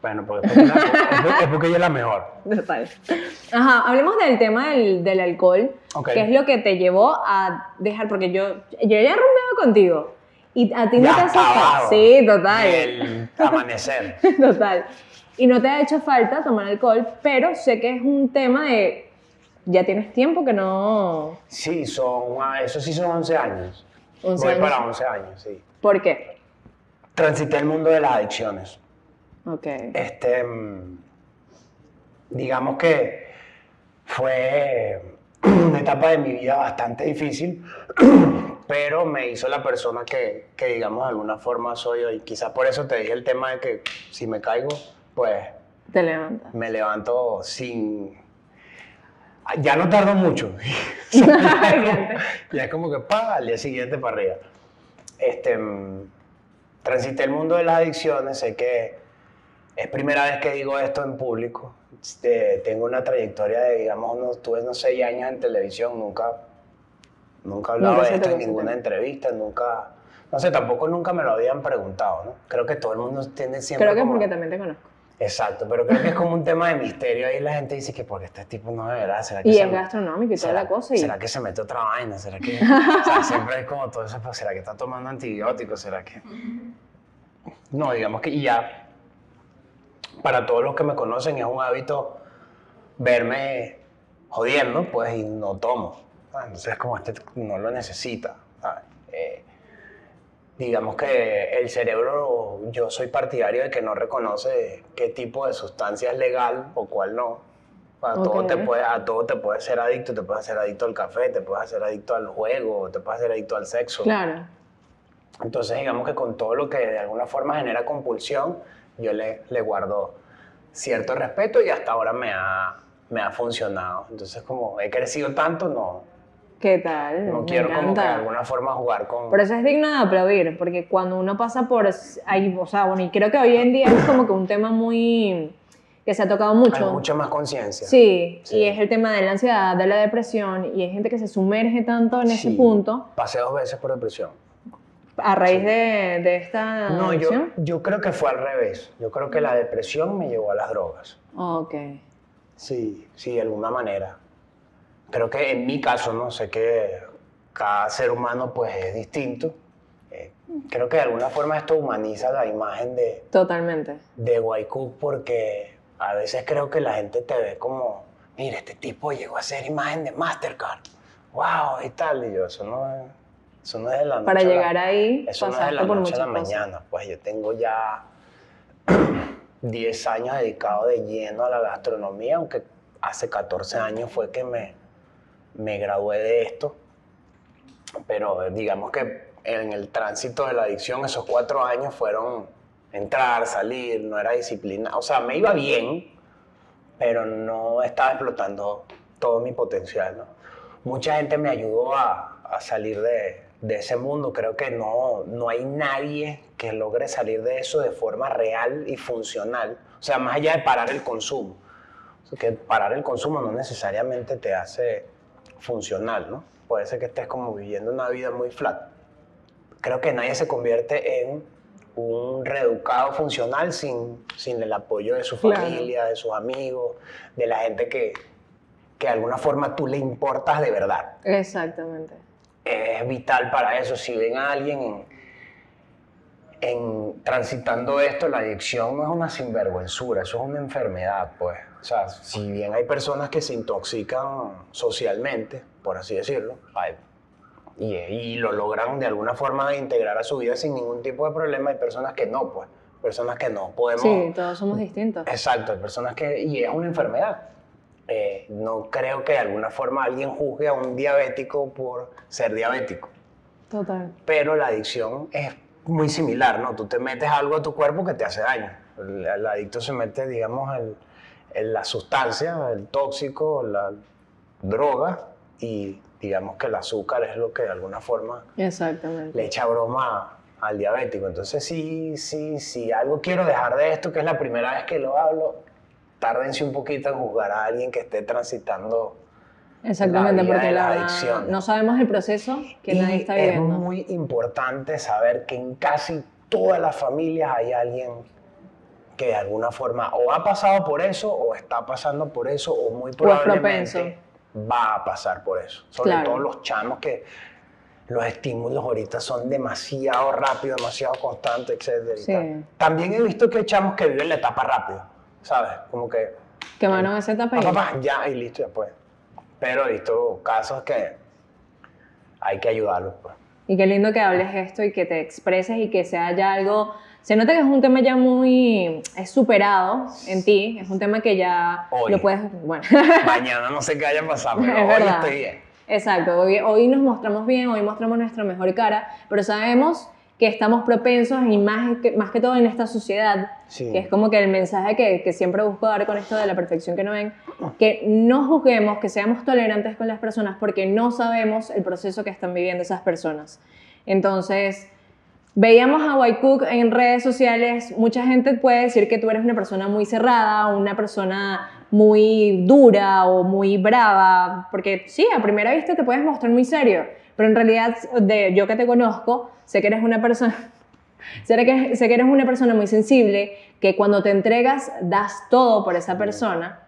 Speaker 2: Bueno, porque es porque la- es porque- es porque ella es la mejor.
Speaker 1: Total. Ajá, hablemos del tema del, del alcohol.
Speaker 2: Ok.
Speaker 1: ¿Qué es lo que te llevó a dejar? Porque yo, yo ya he rumbeado contigo. Y a ti no
Speaker 2: Ya
Speaker 1: te hace falta.
Speaker 2: acabado.
Speaker 1: Sí, total.
Speaker 2: El amanecer.
Speaker 1: [laughs] Total. Y no te ha hecho falta tomar alcohol, pero sé que es un tema de. Ya tienes tiempo que no.
Speaker 2: Sí, son, ah, eso sí son 11 años.
Speaker 1: 11
Speaker 2: Voy
Speaker 1: años.
Speaker 2: para 11 años, sí.
Speaker 1: ¿Por qué?
Speaker 2: Transité el mundo de las adicciones.
Speaker 1: Ok.
Speaker 2: Este, mm, digamos que fue mm, una etapa de mi vida bastante difícil, [clears throat] pero me hizo la persona que, que, digamos, de alguna forma soy hoy. Quizás por eso te dije el tema de que si me caigo, pues
Speaker 1: Te levantas.
Speaker 2: me levanto sin... Ya no tardo mucho. [laughs]
Speaker 1: [laughs]
Speaker 2: ya es como que pa, al día siguiente para arriba. Este, mm, transité el mundo de las adicciones, sé que es primera vez que digo esto en público. Este, tengo una trayectoria de, digamos, no, tuve unos seis años en televisión, nunca, nunca he hablado
Speaker 1: Nunca se
Speaker 2: de esto
Speaker 1: tocó
Speaker 2: en
Speaker 1: ese
Speaker 2: ninguna
Speaker 1: tema.
Speaker 2: entrevista, nunca, no sé, tampoco nunca me lo habían preguntado, ¿no? Creo que todo el mundo tiene siempre
Speaker 1: Creo que es
Speaker 2: como-
Speaker 1: porque también te conozco.
Speaker 2: Exacto, pero creo que es como un tema de misterio. Ahí la gente dice que porque este tipo no beberá, será que
Speaker 1: Y
Speaker 2: se
Speaker 1: es
Speaker 2: me-
Speaker 1: gastronómico y toda
Speaker 2: será-
Speaker 1: la cosa. Y...
Speaker 2: ¿Será que se mete otra vaina? ¿Será
Speaker 1: [laughs]
Speaker 2: que o sea, siempre es como todo eso? pues, ¿Será que está tomando antibióticos? ¿Será que...? No, digamos que ya, para todos los que me conocen, es un hábito verme jodiendo, pues, y no tomo. Ah, Entonces, como este no lo necesita. ¿sabes? Eh, digamos que el cerebro, yo soy partidario de que no reconoce qué tipo de sustancia es legal o cuál no. A todo, te
Speaker 1: Ok.
Speaker 2: puede, a todo te puedes ser adicto, te puedes hacer adicto al café, te puedes hacer adicto al juego, te puedes hacer adicto al sexo.
Speaker 1: Claro.
Speaker 2: Entonces, digamos que con todo lo que de alguna forma genera compulsión, yo le, le guardo cierto respeto y hasta ahora me ha, me ha funcionado. Entonces, como he crecido tanto, no,
Speaker 1: ¿Qué tal?
Speaker 2: no
Speaker 1: Me
Speaker 2: quiero como que de
Speaker 1: encanta.
Speaker 2: alguna forma jugar con...
Speaker 1: Pero eso es digno de aplaudir, porque cuando uno pasa por ahí, o sea, bueno, y creo que hoy en día es como que un tema muy que se ha tocado mucho.
Speaker 2: Hay mucha más conciencia.
Speaker 1: Sí,
Speaker 2: Sí.
Speaker 1: y es el tema de la ansiedad, de la depresión, y hay gente que se sumerge tanto en ese
Speaker 2: Sí.
Speaker 1: punto
Speaker 2: Pasé dos veces por depresión.
Speaker 1: a raíz de, de esta
Speaker 2: No, yo,
Speaker 1: adicción.
Speaker 2: yo creo que fue al revés. Yo creo que la depresión me llevó a las drogas.
Speaker 1: Ok.
Speaker 2: Sí, sí, de alguna manera. Creo que en mi caso, no sé qué, cada ser humano pues es distinto. Eh, creo que de alguna forma esto humaniza la imagen de,
Speaker 1: Totalmente.
Speaker 2: de Guaycú porque a veces creo que la gente te ve como, mira, este tipo llegó a ser imagen de Mastercard. ¡Wow! Y tal. Y yo, eso no es, eso no es de la noche
Speaker 1: Para
Speaker 2: a la-
Speaker 1: llegar ahí,
Speaker 2: eso no es de
Speaker 1: pasaste
Speaker 2: la
Speaker 1: por
Speaker 2: noche a
Speaker 1: muchas
Speaker 2: la
Speaker 1: cosas.
Speaker 2: mañana. Pues yo tengo ya [clears throat] 10 años dedicado de lleno a la gastronomía, aunque hace 14 años fue que me, me gradué de esto. Pero eh, digamos que en el tránsito de la adicción, esos cuatro años fueron entrar, salir, no era disciplina. O sea, me iba bien, pero no estaba explotando todo mi potencial. ¿no? Mucha gente me ayudó a, a salir de, de ese mundo. Creo que no, no hay nadie que logre salir de eso de forma real y funcional. O sea, más allá de parar el consumo. O sea, que parar el consumo no necesariamente te hace funcional, ¿no? Puede ser que estés como viviendo una vida muy flat. Creo que nadie se convierte en un reeducado funcional sin, sin el apoyo de su
Speaker 1: Claro.
Speaker 2: familia, de sus amigos, de la gente que, que de alguna forma tú le importas de verdad.
Speaker 1: Exactamente.
Speaker 2: Es vital para eso. Si ven a alguien en, en- transitando esto, la adicción no es una sinvergüenzura, eso es una enfermedad, pues. O sea, si bien hay personas que se intoxican socialmente, por así decirlo, hay- y, y lo logran de alguna forma integrar a su vida sin ningún tipo de problema, hay personas que no, pues. Personas que no podemos
Speaker 1: Sí, todos somos distintos.
Speaker 2: Exacto, hay personas que. Y es una enfermedad. Eh, no creo que de alguna forma alguien juzgue a un diabético por ser diabético.
Speaker 1: Total.
Speaker 2: Pero la adicción es muy similar, ¿no? Tú te metes algo a tu cuerpo que te hace daño. El, el adicto se mete, digamos, el- el- la sustancia, el tóxico, la droga, y digamos que el azúcar es lo que de alguna forma
Speaker 1: Exactamente.
Speaker 2: le echa broma al diabético. Entonces, sí, sí, sí, algo quiero dejar de esto, que es la primera vez que lo hablo, tárdense un poquito en juzgar a alguien que esté transitando.
Speaker 1: Exactamente,
Speaker 2: la vida
Speaker 1: porque
Speaker 2: de
Speaker 1: la
Speaker 2: la
Speaker 1: verdad
Speaker 2: adicción.
Speaker 1: no sabemos el proceso que
Speaker 2: Y
Speaker 1: nadie está
Speaker 2: es
Speaker 1: viviendo.
Speaker 2: muy importante saber que en casi todas las familias hay alguien que de alguna forma o ha pasado por eso, o está pasando por eso, o muy probablemente va a pasar por eso. Sobre
Speaker 1: Claro.
Speaker 2: todo los chamos que los estímulos ahorita son demasiado rápidos, demasiado constantes, etc.
Speaker 1: Sí.
Speaker 2: También he visto que hay chamos que viven la etapa rápido, ¿sabes? Como que,
Speaker 1: Quemaron esa etapa
Speaker 2: pa,
Speaker 1: y
Speaker 2: pa, pa, ya, y listo, después. Pero he visto casos que hay que ayudarlos, pues.
Speaker 1: Y qué lindo que hables esto y que te expreses y que sea ya algo... Se nota que es un tema ya muy... es superado en ti, es un tema que ya
Speaker 2: Hoy.
Speaker 1: lo puedes... Bueno, [laughs]
Speaker 2: Mañana no sé qué haya pasado, pero
Speaker 1: Es
Speaker 2: hoy
Speaker 1: verdad.
Speaker 2: estoy bien.
Speaker 1: exacto, hoy, hoy nos mostramos bien, hoy mostramos nuestra mejor cara, pero sabemos que estamos propensos y más que, más que todo en esta sociedad,
Speaker 2: Sí.
Speaker 1: que es como que el mensaje que, que siempre busco dar con esto de la perfección que no ven, que no juzguemos, que seamos tolerantes con las personas porque no sabemos el proceso que están viviendo esas personas. Entonces, veíamos a White Cook en redes sociales, mucha gente puede decir que tú eres una persona muy cerrada, una persona muy dura o muy brava, porque sí, a primera vista te puedes mostrar muy serio, pero en realidad de yo que te conozco, sé que eres una persona [laughs] Sé que, sé que eres una persona muy sensible, que cuando te entregas das todo por esa persona.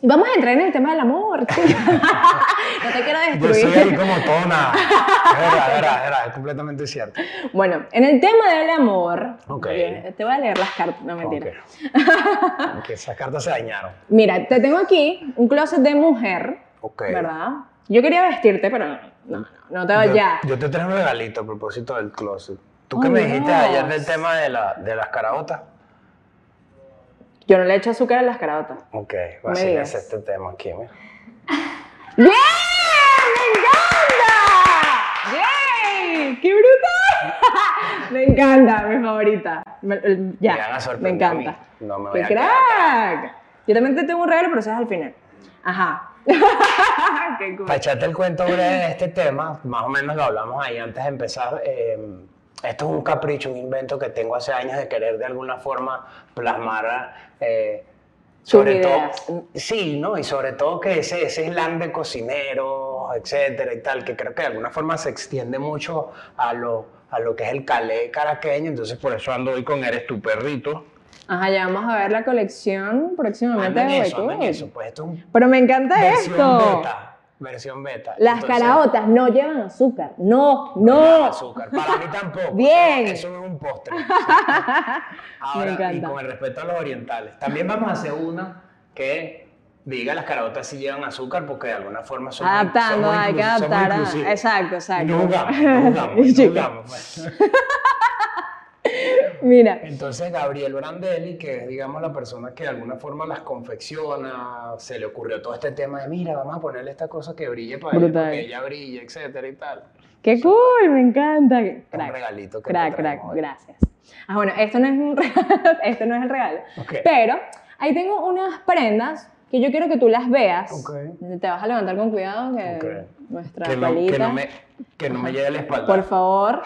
Speaker 1: Y vamos a entrar en el tema del amor. [laughs] chica. no te quiero
Speaker 2: Yo soy ahí
Speaker 1: [laughs] destruir.
Speaker 2: como tona. Es verdad, es verdad, es verdad, es completamente cierto.
Speaker 1: Bueno, en el tema del amor,
Speaker 2: Ok.
Speaker 1: eh, te voy a leer las cartas, no mentira.
Speaker 2: Ok. Que esas cartas se dañaron.
Speaker 1: Mira, te tengo aquí un closet de mujer,
Speaker 2: Ok.
Speaker 1: ¿verdad? Yo quería vestirte, pero no, no, no te
Speaker 2: yo,
Speaker 1: vaya.
Speaker 2: yo te traje un regalito a propósito del closet. Tú
Speaker 1: Oh,
Speaker 2: que me dijiste
Speaker 1: Dios.
Speaker 2: ayer del tema de, la, de las caraotas.
Speaker 1: Yo no le echo azúcar a las caraotas.
Speaker 2: Ok,
Speaker 1: Me
Speaker 2: así
Speaker 1: digas.
Speaker 2: es este tema aquí, mira.
Speaker 1: ¡Bien! ¡Me encanta! ¡Yay! ¡Qué brutal! [laughs] me encanta, mi favorita. Me- el- ya,
Speaker 2: Me van a
Speaker 1: me
Speaker 2: sorprender a mí.
Speaker 1: encanta.
Speaker 2: No me voy
Speaker 1: ¡Qué
Speaker 2: a
Speaker 1: crack! Yo también te tengo un regalo, pero eso es al final. Ajá. [laughs] ¡Qué cool!
Speaker 2: Para echarte el cuento breve de este tema, más o menos lo hablamos ahí antes de empezar. eh, esto es un capricho, un invento que tengo hace años de querer de alguna forma plasmar. eh, sobre
Speaker 1: ideas.
Speaker 2: todo, sí, ¿no? Y sobre todo que ese, ese slam de cocineros, etcétera y tal, que creo que de alguna forma se extiende mucho a lo, a lo que es el calé caraqueño, entonces por eso ando hoy con Eres tu perrito.
Speaker 1: Ajá, ya vamos a ver la colección próximamente
Speaker 2: Ando en
Speaker 1: Mm, de
Speaker 2: eso, ando en
Speaker 1: Hueco.
Speaker 2: eso, pues esto es un
Speaker 1: Pero me encanta
Speaker 2: Versión
Speaker 1: esto.
Speaker 2: beta. versión beta.
Speaker 1: Las
Speaker 2: Entonces,
Speaker 1: caraotas no llevan azúcar. No,
Speaker 2: llevan
Speaker 1: no.
Speaker 2: Azúcar. Para mí tampoco.
Speaker 1: Bien.
Speaker 2: Eso es un
Speaker 1: [laughs]
Speaker 2: postre.
Speaker 1: Me
Speaker 2: Ahora, y
Speaker 1: encanta.
Speaker 2: con el respeto a los orientales. También vamos a hacer una que diga las caraotas si llevan azúcar porque de alguna forma son
Speaker 1: Adaptando, Ah, hay que adaptar. a-
Speaker 2: Exacto.
Speaker 1: Exacto, exacto.
Speaker 2: No
Speaker 1: [laughs]
Speaker 2: jugamos, no jugamos, no
Speaker 1: Chica.
Speaker 2: jugamos, pues.
Speaker 1: Mira,
Speaker 2: Entonces Gabriel Brandelli, que es digamos la persona que de alguna forma las confecciona, se le ocurrió todo este tema de mira, vamos a ponerle esta cosa que brille para ella,
Speaker 1: Brutal.
Speaker 2: porque ella brilla, etcétera y tal.
Speaker 1: qué cool, me encanta.
Speaker 2: Es un
Speaker 1: Crack.
Speaker 2: regalito que
Speaker 1: Crack,
Speaker 2: te
Speaker 1: crack,
Speaker 2: traemos hoy.
Speaker 1: gracias. Ah, bueno, esto no es un [laughs] regalo, esto no es el regalo.
Speaker 2: Ok.
Speaker 1: Pero ahí tengo unas prendas que yo quiero que tú las veas.
Speaker 2: Ok.
Speaker 1: Te vas a levantar con cuidado que
Speaker 2: Ok.
Speaker 1: nuestra
Speaker 2: Que no, que
Speaker 1: palita-
Speaker 2: no me, que no me llegue la espalda. [laughs]
Speaker 1: Por favor.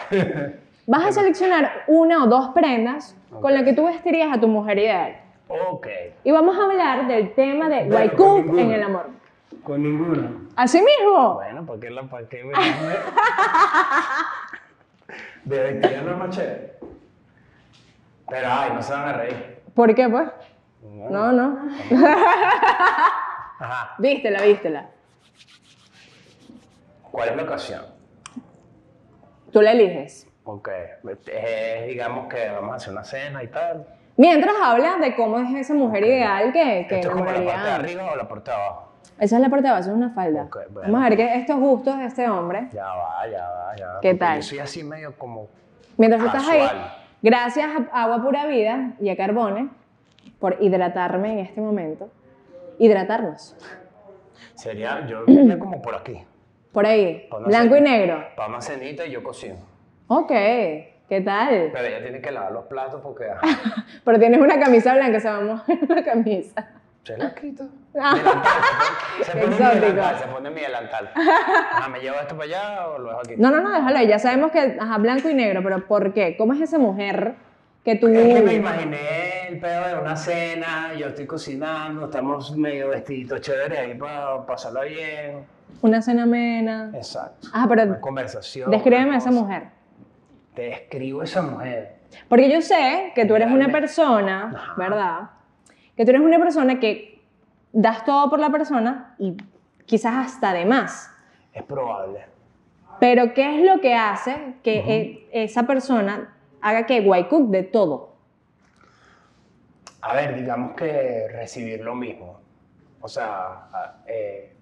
Speaker 1: Vas a seleccionar una o dos prendas
Speaker 2: Ok.
Speaker 1: con las que tú vestirías a tu mujer ideal.
Speaker 2: Ok.
Speaker 1: Y vamos a hablar del tema de
Speaker 2: Bueno,
Speaker 1: Waikuk
Speaker 2: con
Speaker 1: en
Speaker 2: ninguno.
Speaker 1: el amor.
Speaker 2: Con ninguno.
Speaker 1: Así mismo.
Speaker 2: Bueno, ¿para qué la para qué? me- [laughs] De vestida no es más chévere. Pero ay, no se van a reír.
Speaker 1: ¿Por qué, pues? No, no.
Speaker 2: Ajá.
Speaker 1: Vístela, vístela.
Speaker 2: ¿Cuál es la ocasión?
Speaker 1: Tú la eliges.
Speaker 2: Ok. Eh, digamos que vamos a hacer una cena y tal.
Speaker 1: Mientras hablas de cómo es esa mujer ideal que, que
Speaker 2: ¿Esto es como la parte de
Speaker 1: enamoraría.
Speaker 2: arriba o la parte de abajo?
Speaker 1: Esa es la parte de abajo, es una falda.
Speaker 2: Ok, bueno.
Speaker 1: Vamos a ver qué estos gustos de este hombre.
Speaker 2: Ya va, ya va, ya va.
Speaker 1: ¿Qué
Speaker 2: porque
Speaker 1: tal?
Speaker 2: Yo soy así medio como.
Speaker 1: Mientras tú estás ahí,
Speaker 2: Casual.
Speaker 1: gracias a Agua Pura Vida y a Carbone por hidratarme en este momento. Hidratarnos.
Speaker 2: Sería, [clears throat] yo iría como por aquí.
Speaker 1: Por ahí,
Speaker 2: Por la
Speaker 1: blanco y
Speaker 2: cena.
Speaker 1: negro.
Speaker 2: Para una cenita y yo cocino.
Speaker 1: Ok, ¿qué tal?
Speaker 2: Pero ella tiene que lavar los platos porque. ajá,
Speaker 1: [laughs] Pero tienes una camisa blanca, se va a mojar la camisa.
Speaker 2: Se la quito.
Speaker 1: Ah.
Speaker 2: Delantal, se pone- se pone mi
Speaker 1: Exótico.
Speaker 2: delantal, se pone mi delantal. Ah, ¿me llevo esto para allá o lo dejo aquí?
Speaker 1: No, no, no, déjalo ahí. Ya sabemos que, ajá, blanco y negro, pero ¿por qué? ¿Cómo es esa mujer que tú...
Speaker 2: Es que me imaginé el pedo de una cena, yo estoy cocinando, estamos medio vestiditos chéveres ahí para pasarla bien.
Speaker 1: Una cena amena.
Speaker 2: Eh. Exacto.
Speaker 1: Ah,
Speaker 2: Una
Speaker 1: pero
Speaker 2: conversación.
Speaker 1: descríbeme
Speaker 2: una
Speaker 1: a esa
Speaker 2: cosa.
Speaker 1: mujer.
Speaker 2: Te describo esa mujer.
Speaker 1: Porque yo sé que tú eres una persona,
Speaker 2: Ajá.
Speaker 1: ¿verdad? Que tú eres una persona que das todo por la persona y quizás hasta de más.
Speaker 2: Es probable.
Speaker 1: Pero ¿qué es lo que hace que e- esa persona haga que Guaycook de todo?
Speaker 2: A ver, digamos que recibir lo mismo. O sea, a- eh,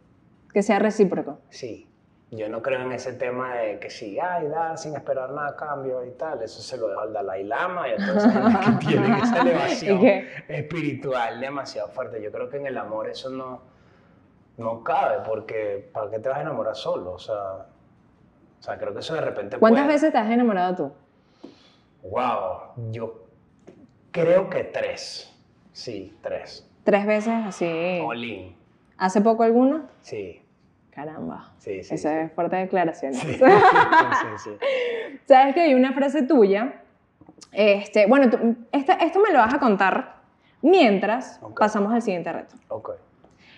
Speaker 1: Que sea recíproco.
Speaker 2: sí. Yo no creo en ese tema de que sí, ay, dar sin esperar nada a cambio y tal. Eso se lo dejo al Dalai Lama y entonces
Speaker 1: [laughs]
Speaker 2: que tienen esa elevación
Speaker 1: ¿Y qué?
Speaker 2: espiritual demasiado fuerte. Yo creo que en el amor eso no, no cabe porque ¿para qué te vas a enamorar solo? O sea, o sea creo que eso de repente
Speaker 1: ¿Cuántas
Speaker 2: puede-
Speaker 1: veces te has enamorado tú?
Speaker 2: Wow, yo creo que tres. Sí, tres.
Speaker 1: Tres veces así.
Speaker 2: Olin.
Speaker 1: ¿Hace poco alguna?
Speaker 2: Sí,
Speaker 1: Caramba.
Speaker 2: sí, sí.
Speaker 1: Esa es fuerte declaración.
Speaker 2: [laughs] sí.
Speaker 1: [laughs]
Speaker 2: Sí, sí, sí.
Speaker 1: Sabes que hay una frase tuya. Este, bueno, tú- esta- esto me lo vas a contar mientras
Speaker 2: Ok.
Speaker 1: pasamos al siguiente reto.
Speaker 2: Ok.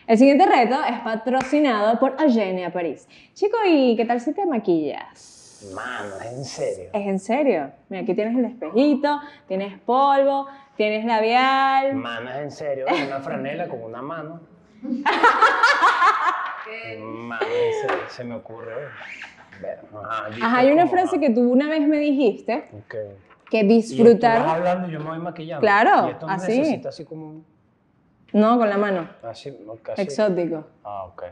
Speaker 1: El siguiente reto es patrocinado por Eugenia París. Chico, ¿y qué tal si te maquillas?
Speaker 2: Mano, es en serio.
Speaker 1: Es en serio. Mira, aquí tienes el espejito, tienes polvo, tienes labial.
Speaker 2: Mano, es en serio. Una franela con una mano. Mano, en serio. Se me ocurre. Ver, Ah, Ajá,
Speaker 1: Ajá, hay una frase que tú una vez me
Speaker 2: ah,
Speaker 1: dijiste, que
Speaker 2: Disfrutar.
Speaker 1: disfrutar...
Speaker 2: hablando, yo me voy maquillando.
Speaker 1: Claro,
Speaker 2: Y esto no
Speaker 1: así.
Speaker 2: necesita así como. un-
Speaker 1: No, con la mano.
Speaker 2: Así, no, casi.
Speaker 1: Exótico.
Speaker 2: Ah, ok.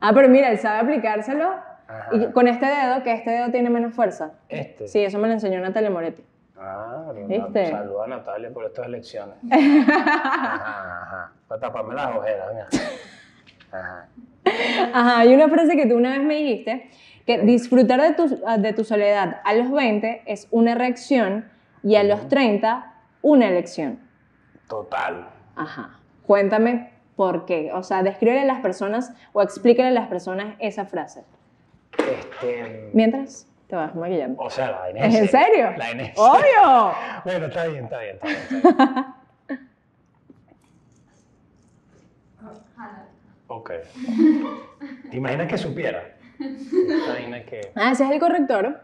Speaker 1: Ah, pero mira, él sabe aplicárselo
Speaker 2: Ajá.
Speaker 1: y con este dedo, que este dedo tiene menos fuerza.
Speaker 2: Este.
Speaker 1: Sí, Este. eso me lo enseñó Natalia Moretti.
Speaker 2: Ah,
Speaker 1: ¿Viste?
Speaker 2: saluda a Natalia por
Speaker 1: [laughs]
Speaker 2: estas elecciones. ajá, ajá. Para taparme las ojeras, venga. Ajá.
Speaker 1: Ajá, hay una frase que tú una vez me dijiste, que disfrutar de tu, ah, de tu soledad a los 20 es una reacción y a los 30 una elección.
Speaker 2: Total.
Speaker 1: Ajá. Cuéntame por qué. O sea, descríbele a las personas o explícale a las personas esa frase.
Speaker 2: Este.
Speaker 1: Mientras te vas maquillando.
Speaker 2: O sea, la vaina
Speaker 1: ¿Es en serio? Oh,
Speaker 2: La vaina es seria.
Speaker 1: ¡Obvio!
Speaker 2: Bueno, está bien, está bien, está bien. está bien. ok. ¿Te imaginas que supiera? Esta vaina que.
Speaker 1: Ah, ese es el corrector.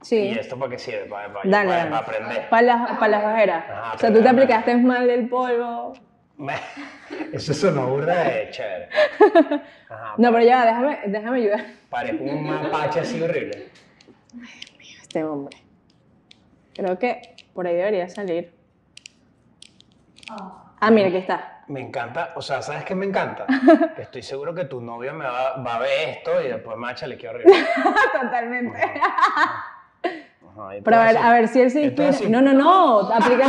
Speaker 1: Sí.
Speaker 2: ¿Y esto para qué sirve? Para, para,
Speaker 1: Dale,
Speaker 2: para,
Speaker 1: dale.
Speaker 2: aprender.
Speaker 1: Para las, pa' las ojeras.
Speaker 2: Ajá,
Speaker 1: o sea,
Speaker 2: pero
Speaker 1: tú te
Speaker 2: dale.
Speaker 1: aplicaste mal el polvo.
Speaker 2: Me- Eso sonó burda de chévere. Ajá,
Speaker 1: No, pero ya, déjame, déjame ayudar.
Speaker 2: parezco un mapache así horrible.
Speaker 1: Este hombre. Creo que por ahí debería salir. Ah, mira, aquí está. [laughs]
Speaker 2: Me encanta, o sea, ¿sabes qué me encanta? Que Estoy seguro que tu novio me va, va a ver esto y después me va a chalequear horrible.
Speaker 1: Totalmente.
Speaker 2: Ajá,
Speaker 1: [laughs]
Speaker 2: y
Speaker 1: Pero a
Speaker 2: todo
Speaker 1: ver,
Speaker 2: así.
Speaker 1: a ver si él se inspira.
Speaker 2: Entonces-
Speaker 1: No, no, no.
Speaker 2: [laughs]
Speaker 1: Aplica.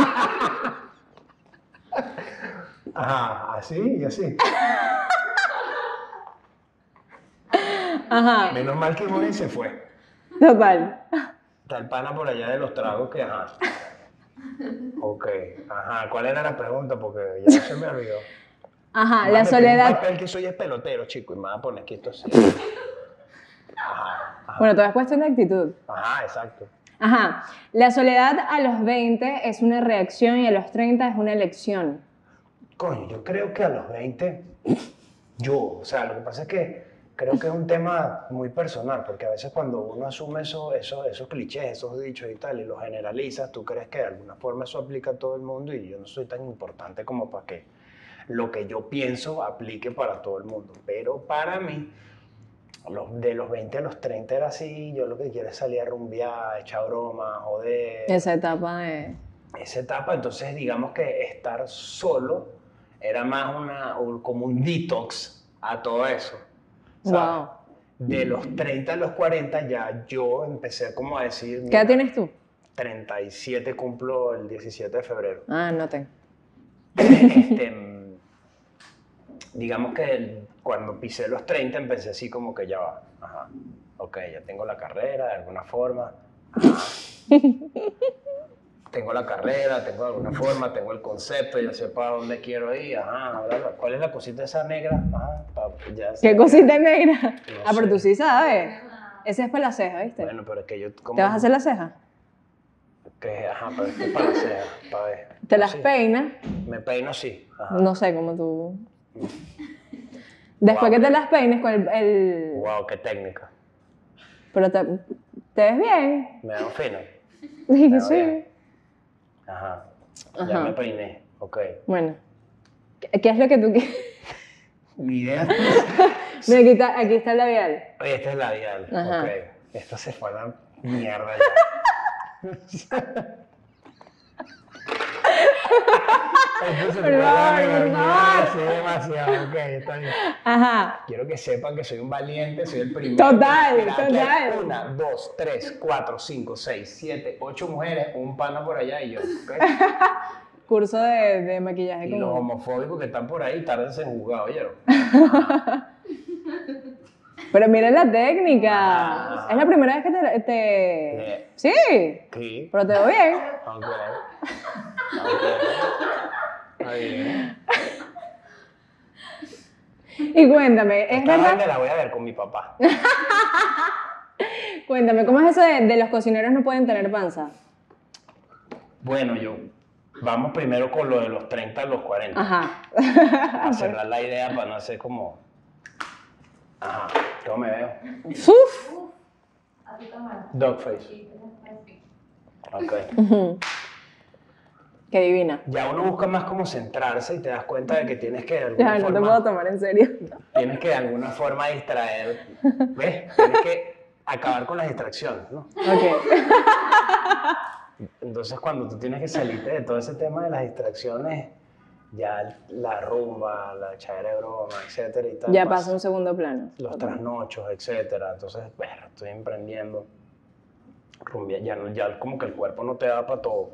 Speaker 2: Ajá, así y así.
Speaker 1: Ajá.
Speaker 2: Menos mal que Moni se fue.
Speaker 1: Total.
Speaker 2: Está el pana por allá de los tragos que ajá. Ok, ajá. ¿Cuál era la pregunta? Porque ya se me olvidó.
Speaker 1: Ajá, Ah,
Speaker 2: Mami,
Speaker 1: la
Speaker 2: tengo Un
Speaker 1: soledad.
Speaker 2: papel que soy es pelotero, chico, y me va a poner aquí esto así. Ajá, ajá,
Speaker 1: Bueno, tú has puesto una actitud.
Speaker 2: ajá, exacto.
Speaker 1: Ajá. La soledad a los 20 es una reacción y a los 30 es una elección.
Speaker 2: Coño, yo creo que a los 20, yo, o sea, lo que pasa es que creo que es un tema muy personal, porque a veces cuando uno asume eso, eso- esos clichés, esos dichos y tal, y los generalizas, tú crees que de alguna forma eso aplica a todo el mundo y yo no soy tan importante como para que lo que yo pienso aplique para todo el mundo. Pero para mí, los- de los 20 a los 30 era así, yo lo que quiero es salir a rumbear, echar broma, joder
Speaker 1: Esa etapa de.
Speaker 2: esa etapa, entonces digamos que estar solo era más una, un- como un detox a todo eso.
Speaker 1: Wow.
Speaker 2: ¿sabes? De los 30 a los 40 ya yo empecé como a decir,
Speaker 1: ¿Qué edad
Speaker 2: mira,
Speaker 1: tienes tú?
Speaker 2: 37 cumplo el 17 de febrero.
Speaker 1: Ah, no tengo.
Speaker 2: Este, mm, digamos que el- cuando pisé los 30 empecé así como que ya va, ajá, ok, ya tengo la carrera de alguna forma, tengo la carrera, tengo de alguna forma, tengo el concepto, ya sé para dónde quiero ir, ajá, ahora la- ¿cuál es la cosita esa negra? Ajá, pa- ya sé.
Speaker 1: ¿Qué cosita negra?
Speaker 2: No
Speaker 1: ah, pero tú
Speaker 2: sé.
Speaker 1: sí sabes. Ese es para la ceja, ¿viste?
Speaker 2: Bueno, pero es que yo como...
Speaker 1: ¿Te vas a hacer la ceja?
Speaker 2: que, ajá, pero es que para hacer, para ver.
Speaker 1: Te las
Speaker 2: Sí, Ah.
Speaker 1: peinas.
Speaker 2: Me peino sí, ajá.
Speaker 1: No sé cómo tú. Después que te las peines con el. el-
Speaker 2: Wow, qué técnica.
Speaker 1: Pero te, te ves bien. [laughs]
Speaker 2: Me veo fino.
Speaker 1: Dije,
Speaker 2: veo
Speaker 1: sí.
Speaker 2: bien. Ajá. Ya
Speaker 1: Ajá.
Speaker 2: me peiné, ok.
Speaker 1: Bueno. ¿Qué, qué es lo que tú quieres?
Speaker 2: Mi idea.
Speaker 1: Mira, aquí está, aquí está el labial.
Speaker 2: Oye, esta es la dial.
Speaker 1: Ajá.
Speaker 2: Ok. Esto se fue a la mierda ya. Esto se fue a la
Speaker 1: Perdón,
Speaker 2: mierda, sí, demasiado. Ok, está bien.
Speaker 1: Ajá.
Speaker 2: Quiero que sepan que soy un valiente, soy el primero.
Speaker 1: Total,
Speaker 2: Mira, aquí hay
Speaker 1: total.
Speaker 2: Una, dos, tres, cuatro, cinco, seis, siete, ocho mujeres, un pana por allá y yo. ok.
Speaker 1: [laughs] Curso de, de maquillaje
Speaker 2: Y los
Speaker 1: como.
Speaker 2: homofóbicos que están por ahí, tardense en juzgar, oyeron.
Speaker 1: Pero mira la técnica.
Speaker 2: Ah.
Speaker 1: Es la primera vez que te. te- Sí.
Speaker 2: Sí.
Speaker 1: Pero te veo bien.
Speaker 2: Ok. Ok. Está bien.
Speaker 1: Y cuéntame, ¿es
Speaker 2: Esta
Speaker 1: verdad?
Speaker 2: vaina la voy a ver con mi papá.
Speaker 1: Cuéntame, ¿cómo es eso de, de los cocineros no pueden tener panza?
Speaker 2: Bueno, yo. Vamos primero con lo de los 30 a los 40. [laughs]
Speaker 1: Ajá.
Speaker 2: Para cerrar la idea, para no hacer como. Ajá, yo me veo.
Speaker 1: Uf.
Speaker 2: Dogface. Ok.
Speaker 1: Qué divina.
Speaker 2: Ya uno busca más como centrarse y te das cuenta de que tienes que de alguna
Speaker 1: Ya, no te
Speaker 2: forma.
Speaker 1: puedo tomar en serio.
Speaker 2: Tienes que de alguna forma distraer. ¿Ves? Tienes que acabar con las distracciones, ¿no?
Speaker 1: [laughs] Ok.
Speaker 2: Entonces, cuando tú tienes que salirte de todo ese tema de las distracciones, ya la rumba, la echadera de broma, etcétera y tal.
Speaker 1: Ya
Speaker 2: pas-
Speaker 1: pasa un segundo plano.
Speaker 2: Los trasnochos, etcétera. Entonces, bueno, estoy emprendiendo. Rumbia, ya, no- ya como que el cuerpo no te da para todo.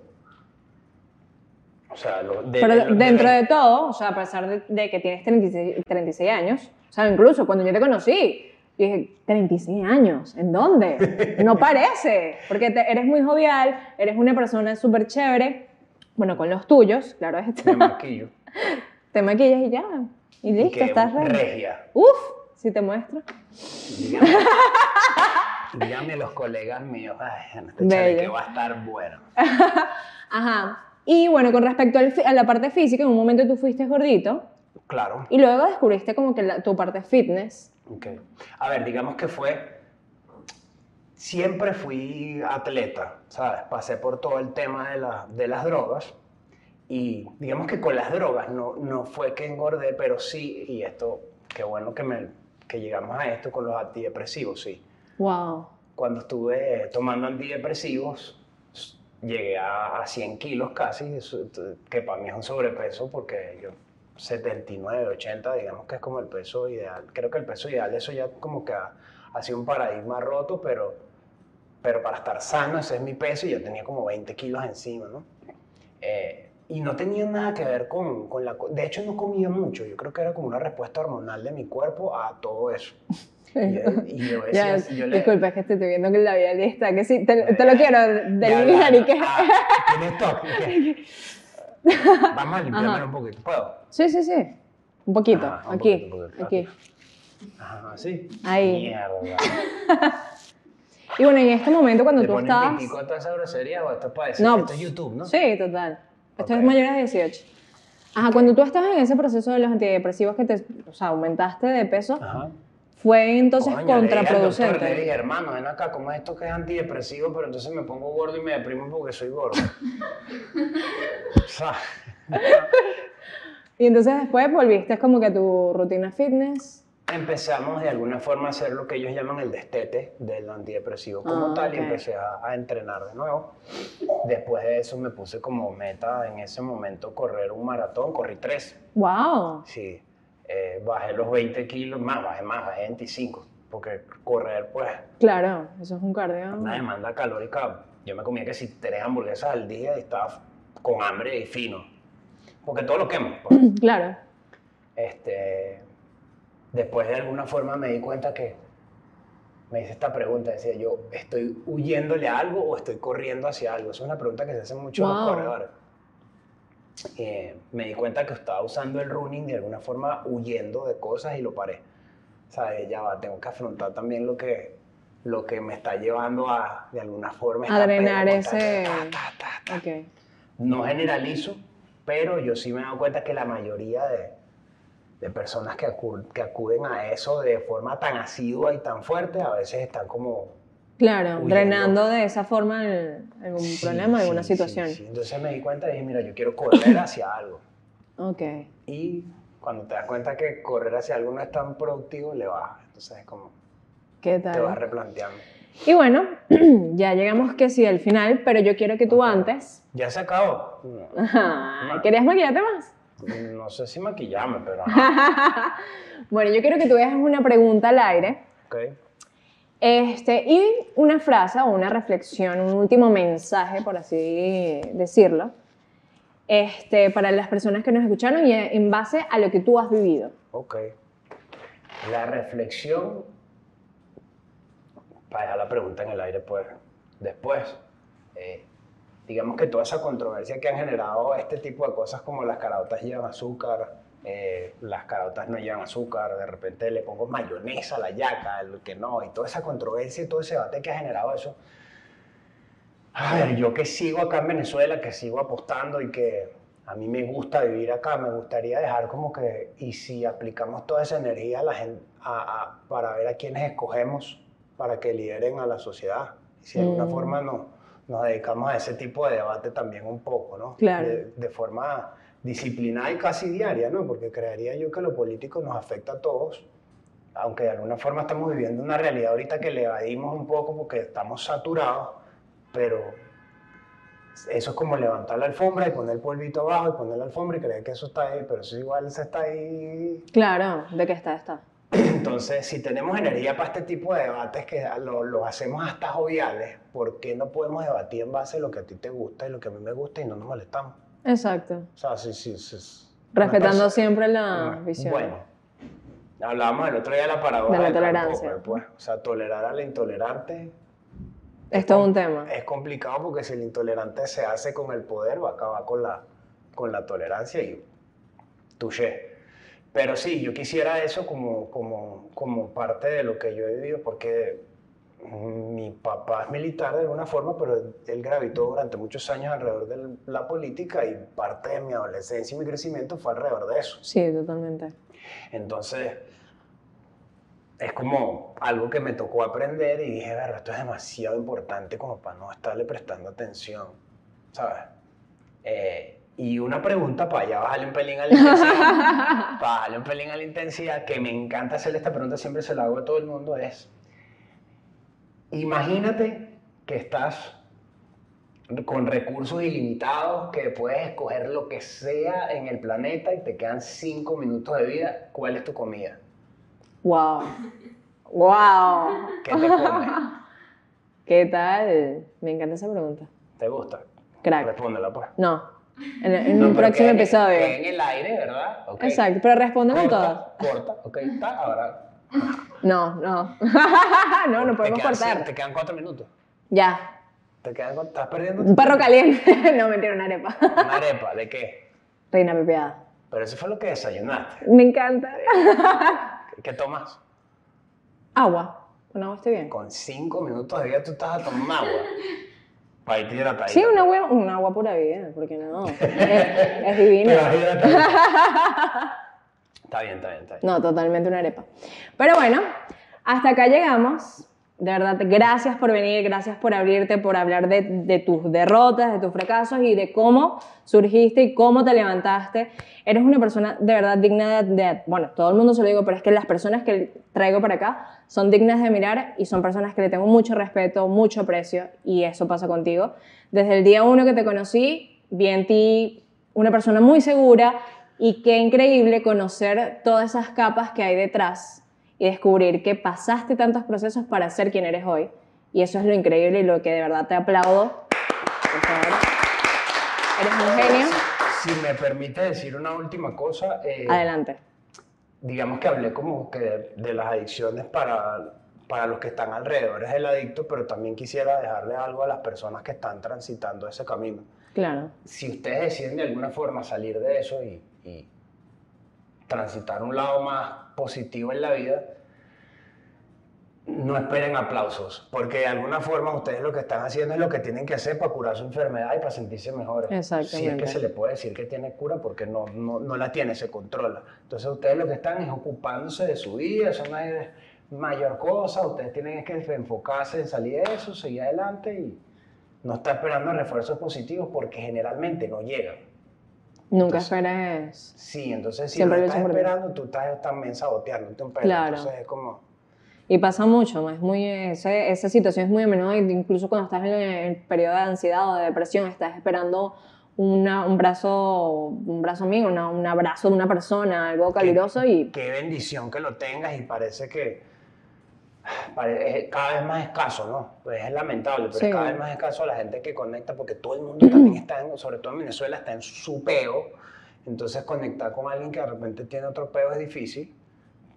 Speaker 2: O sea, lo- de-
Speaker 1: Pero
Speaker 2: de- lo- de-
Speaker 1: dentro de todo, o sea, a pesar de, de que tienes 36, 36 años, o sea, incluso cuando yo te conocí, yo dije, 36 años, ¿en
Speaker 2: [laughs]
Speaker 1: dónde? No parece, porque te- eres muy jovial, eres una persona súper chévere, bueno, con los tuyos, claro,
Speaker 2: Me
Speaker 1: está. [laughs]
Speaker 2: maquillo.
Speaker 1: te maquillas y ya, y
Speaker 2: Y
Speaker 1: listo,
Speaker 2: que
Speaker 1: estás ready.
Speaker 2: regia.
Speaker 1: Uf, si te muestro.
Speaker 2: Dígame,
Speaker 1: [laughs]
Speaker 2: dígame los colegas míos, ay, en este
Speaker 1: Bello.
Speaker 2: chalequeo va a estar bueno.
Speaker 1: Ajá. Y bueno, con respecto al fi- a la parte física, en un momento tú fuiste gordito
Speaker 2: Claro.
Speaker 1: y luego descubriste como que la- tu parte fitness.
Speaker 2: Ok. A ver, digamos que fue. Siempre fui atleta, ¿sabes? Pasé por todo el tema de, la- de las drogas Y digamos que con las drogas no, no fue que engordé, pero sí, y esto, qué bueno que, me, que llegamos a esto con los antidepresivos, sí.
Speaker 1: Wow.
Speaker 2: Cuando estuve tomando antidepresivos, s- llegué a, a 100 kilos casi, eso, t- que para mí es un sobrepeso porque yo 79, 80, digamos que es como el peso ideal. Creo que el peso ideal, eso ya como que ha, ha sido un paradigma roto, pero, pero para estar sano ese es mi peso y yo tenía como 20 kilos encima, ¿no? Eh, y no tenía nada que ver con, con la... co- De hecho, no comía mucho. Yo creo que era como una respuesta hormonal de mi cuerpo a todo eso. Y, y yo
Speaker 1: Eh, [laughs] Ya,
Speaker 2: decía, yo le-
Speaker 1: disculpa, es que te estoy viendo que la vialista, que sí, te, te lo
Speaker 2: Ya,
Speaker 1: quiero, del
Speaker 2: Ya,
Speaker 1: Miguel, y
Speaker 2: ya,
Speaker 1: que-
Speaker 2: ah, tienes toque,
Speaker 1: [laughs]
Speaker 2: ¿qué? Vamos a
Speaker 1: Ajá.
Speaker 2: limpiarme un poquito. ¿Puedo?
Speaker 1: Sí, sí, sí. Un poquito,
Speaker 2: Ajá, Ah, un
Speaker 1: aquí,
Speaker 2: poquito, un poquito,
Speaker 1: aquí.
Speaker 2: Ajá, sí.
Speaker 1: Ahí.
Speaker 2: Mierda.
Speaker 1: Y bueno, en este momento cuando
Speaker 2: ¿Le
Speaker 1: tú
Speaker 2: ponen
Speaker 1: estabas...
Speaker 2: pitico a toda esa grosería o esto es para decir
Speaker 1: No, pues,
Speaker 2: que esto es YouTube, no?
Speaker 1: Sí, total. Esto
Speaker 2: Ok.
Speaker 1: es mayores de 18. Ajá, cuando tú estabas en ese proceso de los antidepresivos que te, o sea, aumentaste de peso,
Speaker 2: Ajá.
Speaker 1: fue entonces
Speaker 2: Ah. Coño, le dije al
Speaker 1: contraproducente.
Speaker 2: doctor, Le dije, hermano, ven acá, ¿cómo es esto que es antidepresivo? Pero entonces me pongo gordo y me deprimo porque
Speaker 1: [laughs]
Speaker 2: soy gordo. o sea,
Speaker 1: Y entonces después volviste como que a tu rutina fitness.
Speaker 2: empezamos de alguna forma a hacer lo que ellos llaman el destete del antidepresivo como
Speaker 1: Ah,
Speaker 2: tal
Speaker 1: ok.
Speaker 2: y empecé a, a entrenar de nuevo. Después de eso me puse como meta en ese momento correr un maratón, corrí tres,
Speaker 1: ¡Wow!
Speaker 2: sí. Eh, bajé los 20 kilos, más, bajé más, bajé 25, porque correr pues
Speaker 1: Claro, eso es un cardio.
Speaker 2: una demanda calórica, yo me comía que si tres hamburguesas al día y estaba con hambre y fino, porque todo lo quemo. pues.
Speaker 1: Claro.
Speaker 2: este, después de alguna forma me di cuenta que me hice esta pregunta, decía yo, ¿estoy huyéndole a algo o estoy corriendo hacia algo? Esa es una pregunta que se hacen muchos los
Speaker 1: Wow.
Speaker 2: corredores. Eh, me di cuenta que estaba usando el running de alguna forma huyendo de cosas y lo paré. O sea, ya va, tengo que afrontar también lo que, lo que me está llevando a, de alguna forma, esta
Speaker 1: A drenar
Speaker 2: pelea, ta,
Speaker 1: ese-
Speaker 2: ta, ta, ta, ta.
Speaker 1: Ok.
Speaker 2: No generalizo, pero yo sí me he dado cuenta que la mayoría de, de personas que, acu- que acuden a eso de forma tan asidua y tan fuerte, a veces están como...
Speaker 1: Claro,
Speaker 2: Huyendo.
Speaker 1: drenando de esa forma el- algún
Speaker 2: Sí,
Speaker 1: problema, alguna
Speaker 2: sí, sí,
Speaker 1: situación.
Speaker 2: sí. Entonces me di cuenta y dije, mira, yo
Speaker 1: [coughs]
Speaker 2: quiero correr hacia algo.
Speaker 1: Ok.
Speaker 2: Y cuando te das cuenta que correr hacia algo no es tan productivo, le bajas. Entonces es como,
Speaker 1: ¿Qué
Speaker 2: te vas
Speaker 1: tal?
Speaker 2: replanteando.
Speaker 1: Y bueno, [clears throat] ya llegamos que sí al final, pero yo quiero que tú antes. [laughs]
Speaker 2: Ya se acabó. No,
Speaker 1: Ay, ¿Querías maquillarte más? [laughs]
Speaker 2: no sé si maquillarme, pero... ajá,
Speaker 1: bueno, yo quiero que tú veas una pregunta al aire.
Speaker 2: ok.
Speaker 1: Este, y una frase o una reflexión, un último mensaje, por así decirlo, este, para las personas que nos escucharon y en base a lo que tú has vivido.
Speaker 2: Ok. La reflexión, para dejar la pregunta en el aire pues, después, eh, digamos que toda esa controversia que han generado este tipo de cosas como las caraotas llevan azúcar, eh, las caraotas no llevan azúcar, de repente le pongo mayonesa a la yaca, lo que no, y toda esa controversia y todo ese debate que ha generado eso, a ver, yo que sigo acá en Venezuela, que sigo apostando y que a mí me gusta vivir acá, me gustaría dejar como que, y si aplicamos toda esa energía a la gen- a- a- para ver a quiénes escogemos para que lideren a la sociedad, y si de alguna
Speaker 1: Mm.
Speaker 2: forma no, nos dedicamos a ese tipo de debate también un poco, ¿no?
Speaker 1: Claro.
Speaker 2: De, de forma disciplinada y casi diaria, ¿no? Porque creería yo que lo político nos afecta a todos aunque de alguna forma estamos viviendo una realidad ahorita que le evadimos un poco porque estamos saturados, pero eso es como levantar la alfombra y poner el polvito abajo y poner la alfombra y creer que eso está ahí, pero eso igual se está ahí.
Speaker 1: Claro, de que está, está.
Speaker 2: Entonces, si tenemos energía para este tipo de debates que lo, lo hacemos hasta joviales, ¿por qué no podemos debatir en base a lo que a ti te gusta y lo que a mí me gusta y no nos molestamos?
Speaker 1: Exacto.
Speaker 2: O sea, sí, sí, sí. sí.
Speaker 1: Respetando
Speaker 2: Una perso-
Speaker 1: siempre la visión.
Speaker 2: bueno, hablábamos el otro día de la paradoja
Speaker 1: De la
Speaker 2: del campo,
Speaker 1: tolerancia.
Speaker 2: pues, o sea, tolerar al intolerante
Speaker 1: es todo un tema.
Speaker 2: es complicado porque si el intolerante se hace con el poder, va a acabar con la, con la tolerancia y touché. Pero sí, yo quisiera eso como, como, como parte de lo que yo he vivido, porque mi papá es militar de alguna forma, pero él gravitó durante muchos años alrededor de la política y parte de mi adolescencia y mi crecimiento fue alrededor de eso.
Speaker 1: Sí, totalmente.
Speaker 2: Entonces, es como algo que me tocó aprender y dije, "Verga, esto es demasiado importante como para no estarle prestando atención, ¿sabes? Eh, Y una pregunta para ya bajarle un pelín a la intensidad. para bajarle un pelín a la intensidad, que me encanta hacerle esta pregunta, siempre se la hago a todo el mundo, es, imagínate que estás con recursos ilimitados, que puedes escoger lo que sea en el planeta y te quedan cinco minutos de vida, ¿cuál es tu comida?
Speaker 1: Wow. Wow.
Speaker 2: ¿Qué
Speaker 1: [laughs]
Speaker 2: te comes?
Speaker 1: ¿Qué tal? Me encanta esa pregunta.
Speaker 2: ¿Te gusta?
Speaker 1: Crack.
Speaker 2: Respóndela, pues.
Speaker 1: No. En, en
Speaker 2: No,
Speaker 1: un
Speaker 2: pero
Speaker 1: próximo
Speaker 2: queda en-
Speaker 1: episodio.
Speaker 2: queda En el aire, ¿verdad? Ok.
Speaker 1: Exacto, pero respondan todas.
Speaker 2: Corta, corta, ok, está, ahora.
Speaker 1: No, no. [laughs] no, no
Speaker 2: Te
Speaker 1: podemos
Speaker 2: quedan
Speaker 1: cortar.
Speaker 2: cien- Te quedan cuatro minutos.
Speaker 1: Ya.
Speaker 2: Te quedan cuatro, estás perdiendo
Speaker 1: Un perro caliente. [laughs] no, mentira, una arepa.
Speaker 2: una arepa, ¿de qué?
Speaker 1: Reina pepeada.
Speaker 2: Pero eso fue lo que desayunaste.
Speaker 1: Me encanta.
Speaker 2: ¿Qué tomas?
Speaker 1: Agua. Con agua estoy bien.
Speaker 2: Con cinco minutos de vida tú estás a tomar agua. Para irte hidratadito.
Speaker 1: Sí, una agua, una agua pura vida, porque no. Es, es divino.
Speaker 2: Te vas hidratadito. [laughs] Está bien, está bien, está bien.
Speaker 1: No, totalmente una arepa. Pero bueno, hasta acá llegamos. De verdad, gracias por venir, gracias por abrirte, por hablar de, de tus derrotas, de tus fracasos y de cómo surgiste y cómo te levantaste. Eres una persona de verdad digna de, de- Bueno, todo el mundo se lo digo, pero es que las personas que traigo para acá son dignas de mirar y son personas que le tengo mucho respeto, mucho aprecio y eso pasa contigo. Desde el día uno que te conocí, vi en ti una persona muy segura y qué increíble conocer todas esas capas que hay detrás y descubrir que pasaste tantos procesos para ser quien eres hoy. Y eso es lo increíble y lo que de verdad te aplaudo. Por favor. Eres un genio.
Speaker 2: Si me permite decir una última cosa. eh,
Speaker 1: Adelante.
Speaker 2: digamos que hablé como que de, de las adicciones para, para los que están alrededor es el adicto, pero también quisiera dejarle algo a las personas que están transitando ese camino.
Speaker 1: Claro.
Speaker 2: Si ustedes deciden de alguna forma salir de eso y, y transitar un lado más positivo en la vida, no esperen aplausos, porque de alguna forma ustedes lo que están haciendo es lo que tienen que hacer para curar su enfermedad y para sentirse mejores. Si es
Speaker 1: Exactamente.
Speaker 2: que se le puede decir que tiene cura porque no, no, no la tiene, se controla. Entonces ustedes lo que están es ocupándose de su vida, eso no es mayor cosa, ustedes tienen que enfocarse en salir de eso, seguir adelante y no está esperando refuerzos positivos porque generalmente no llegan.
Speaker 1: Nunca
Speaker 2: Entonces-
Speaker 1: esperes.
Speaker 2: Sí, entonces si
Speaker 1: Siempre
Speaker 2: lo
Speaker 1: lo
Speaker 2: estás
Speaker 1: hice por ti.
Speaker 2: esperando, tú estás también saboteando un pelo.
Speaker 1: Claro.
Speaker 2: Entonces es como...
Speaker 1: Y pasa mucho, es muy, ese- esa situación es muy a menudo, incluso cuando estás en el periodo de ansiedad o de depresión, estás esperando una- un brazo, un brazo mío, una- un abrazo de una persona, algo caluroso y
Speaker 2: qué bendición que lo tengas y parece que pare- es cada vez más escaso, ¿no? Pues es lamentable, pero
Speaker 1: Sí.
Speaker 2: es cada vez más escaso la gente que conecta porque todo el mundo también está, en- sobre todo en Venezuela, está en su peo. Entonces conectar con alguien que de repente tiene otro peo es difícil,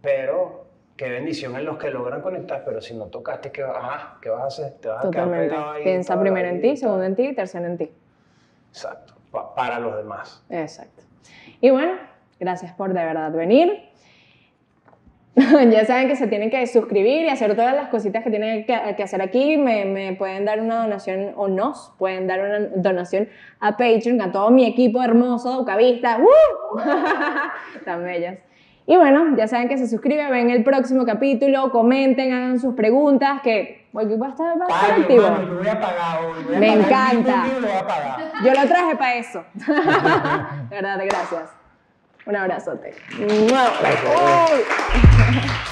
Speaker 2: pero qué bendición en los que logran conectar, pero si no tocaste, ¿qué, va- ajá, ¿qué vas a hacer? Te vas a quedar
Speaker 1: totalmente.
Speaker 2: Ah, pegado ahí toda
Speaker 1: Piensa
Speaker 2: la
Speaker 1: primero en
Speaker 2: vida y
Speaker 1: ti,
Speaker 2: tal.
Speaker 1: segundo en ti y tercero en ti.
Speaker 2: Exacto, pa- para los demás.
Speaker 1: Exacto. Y bueno, gracias por de verdad venir. [laughs] ya saben que se tienen que suscribir y hacer todas las cositas que tienen que, que hacer aquí. Me, me pueden dar una donación o nos pueden dar una donación a Patreon, a todo mi equipo hermoso, Ducavista. ¡Woo! [laughs] Tan bellas. Y bueno, ya saben que se suscriben, ven el próximo capítulo, comenten, hagan sus preguntas, que Wiki va a estar va a estar
Speaker 2: Ay,
Speaker 1: activo.
Speaker 2: hermano, yo voy a pagar hoy. voy a
Speaker 1: Me
Speaker 2: pagar el
Speaker 1: encanta.
Speaker 2: YouTube, lo voy a pagar.
Speaker 1: Yo lo traje para eso. [laughs] De verdad, gracias. Un abrazote. ¡Mua! ¡Uy!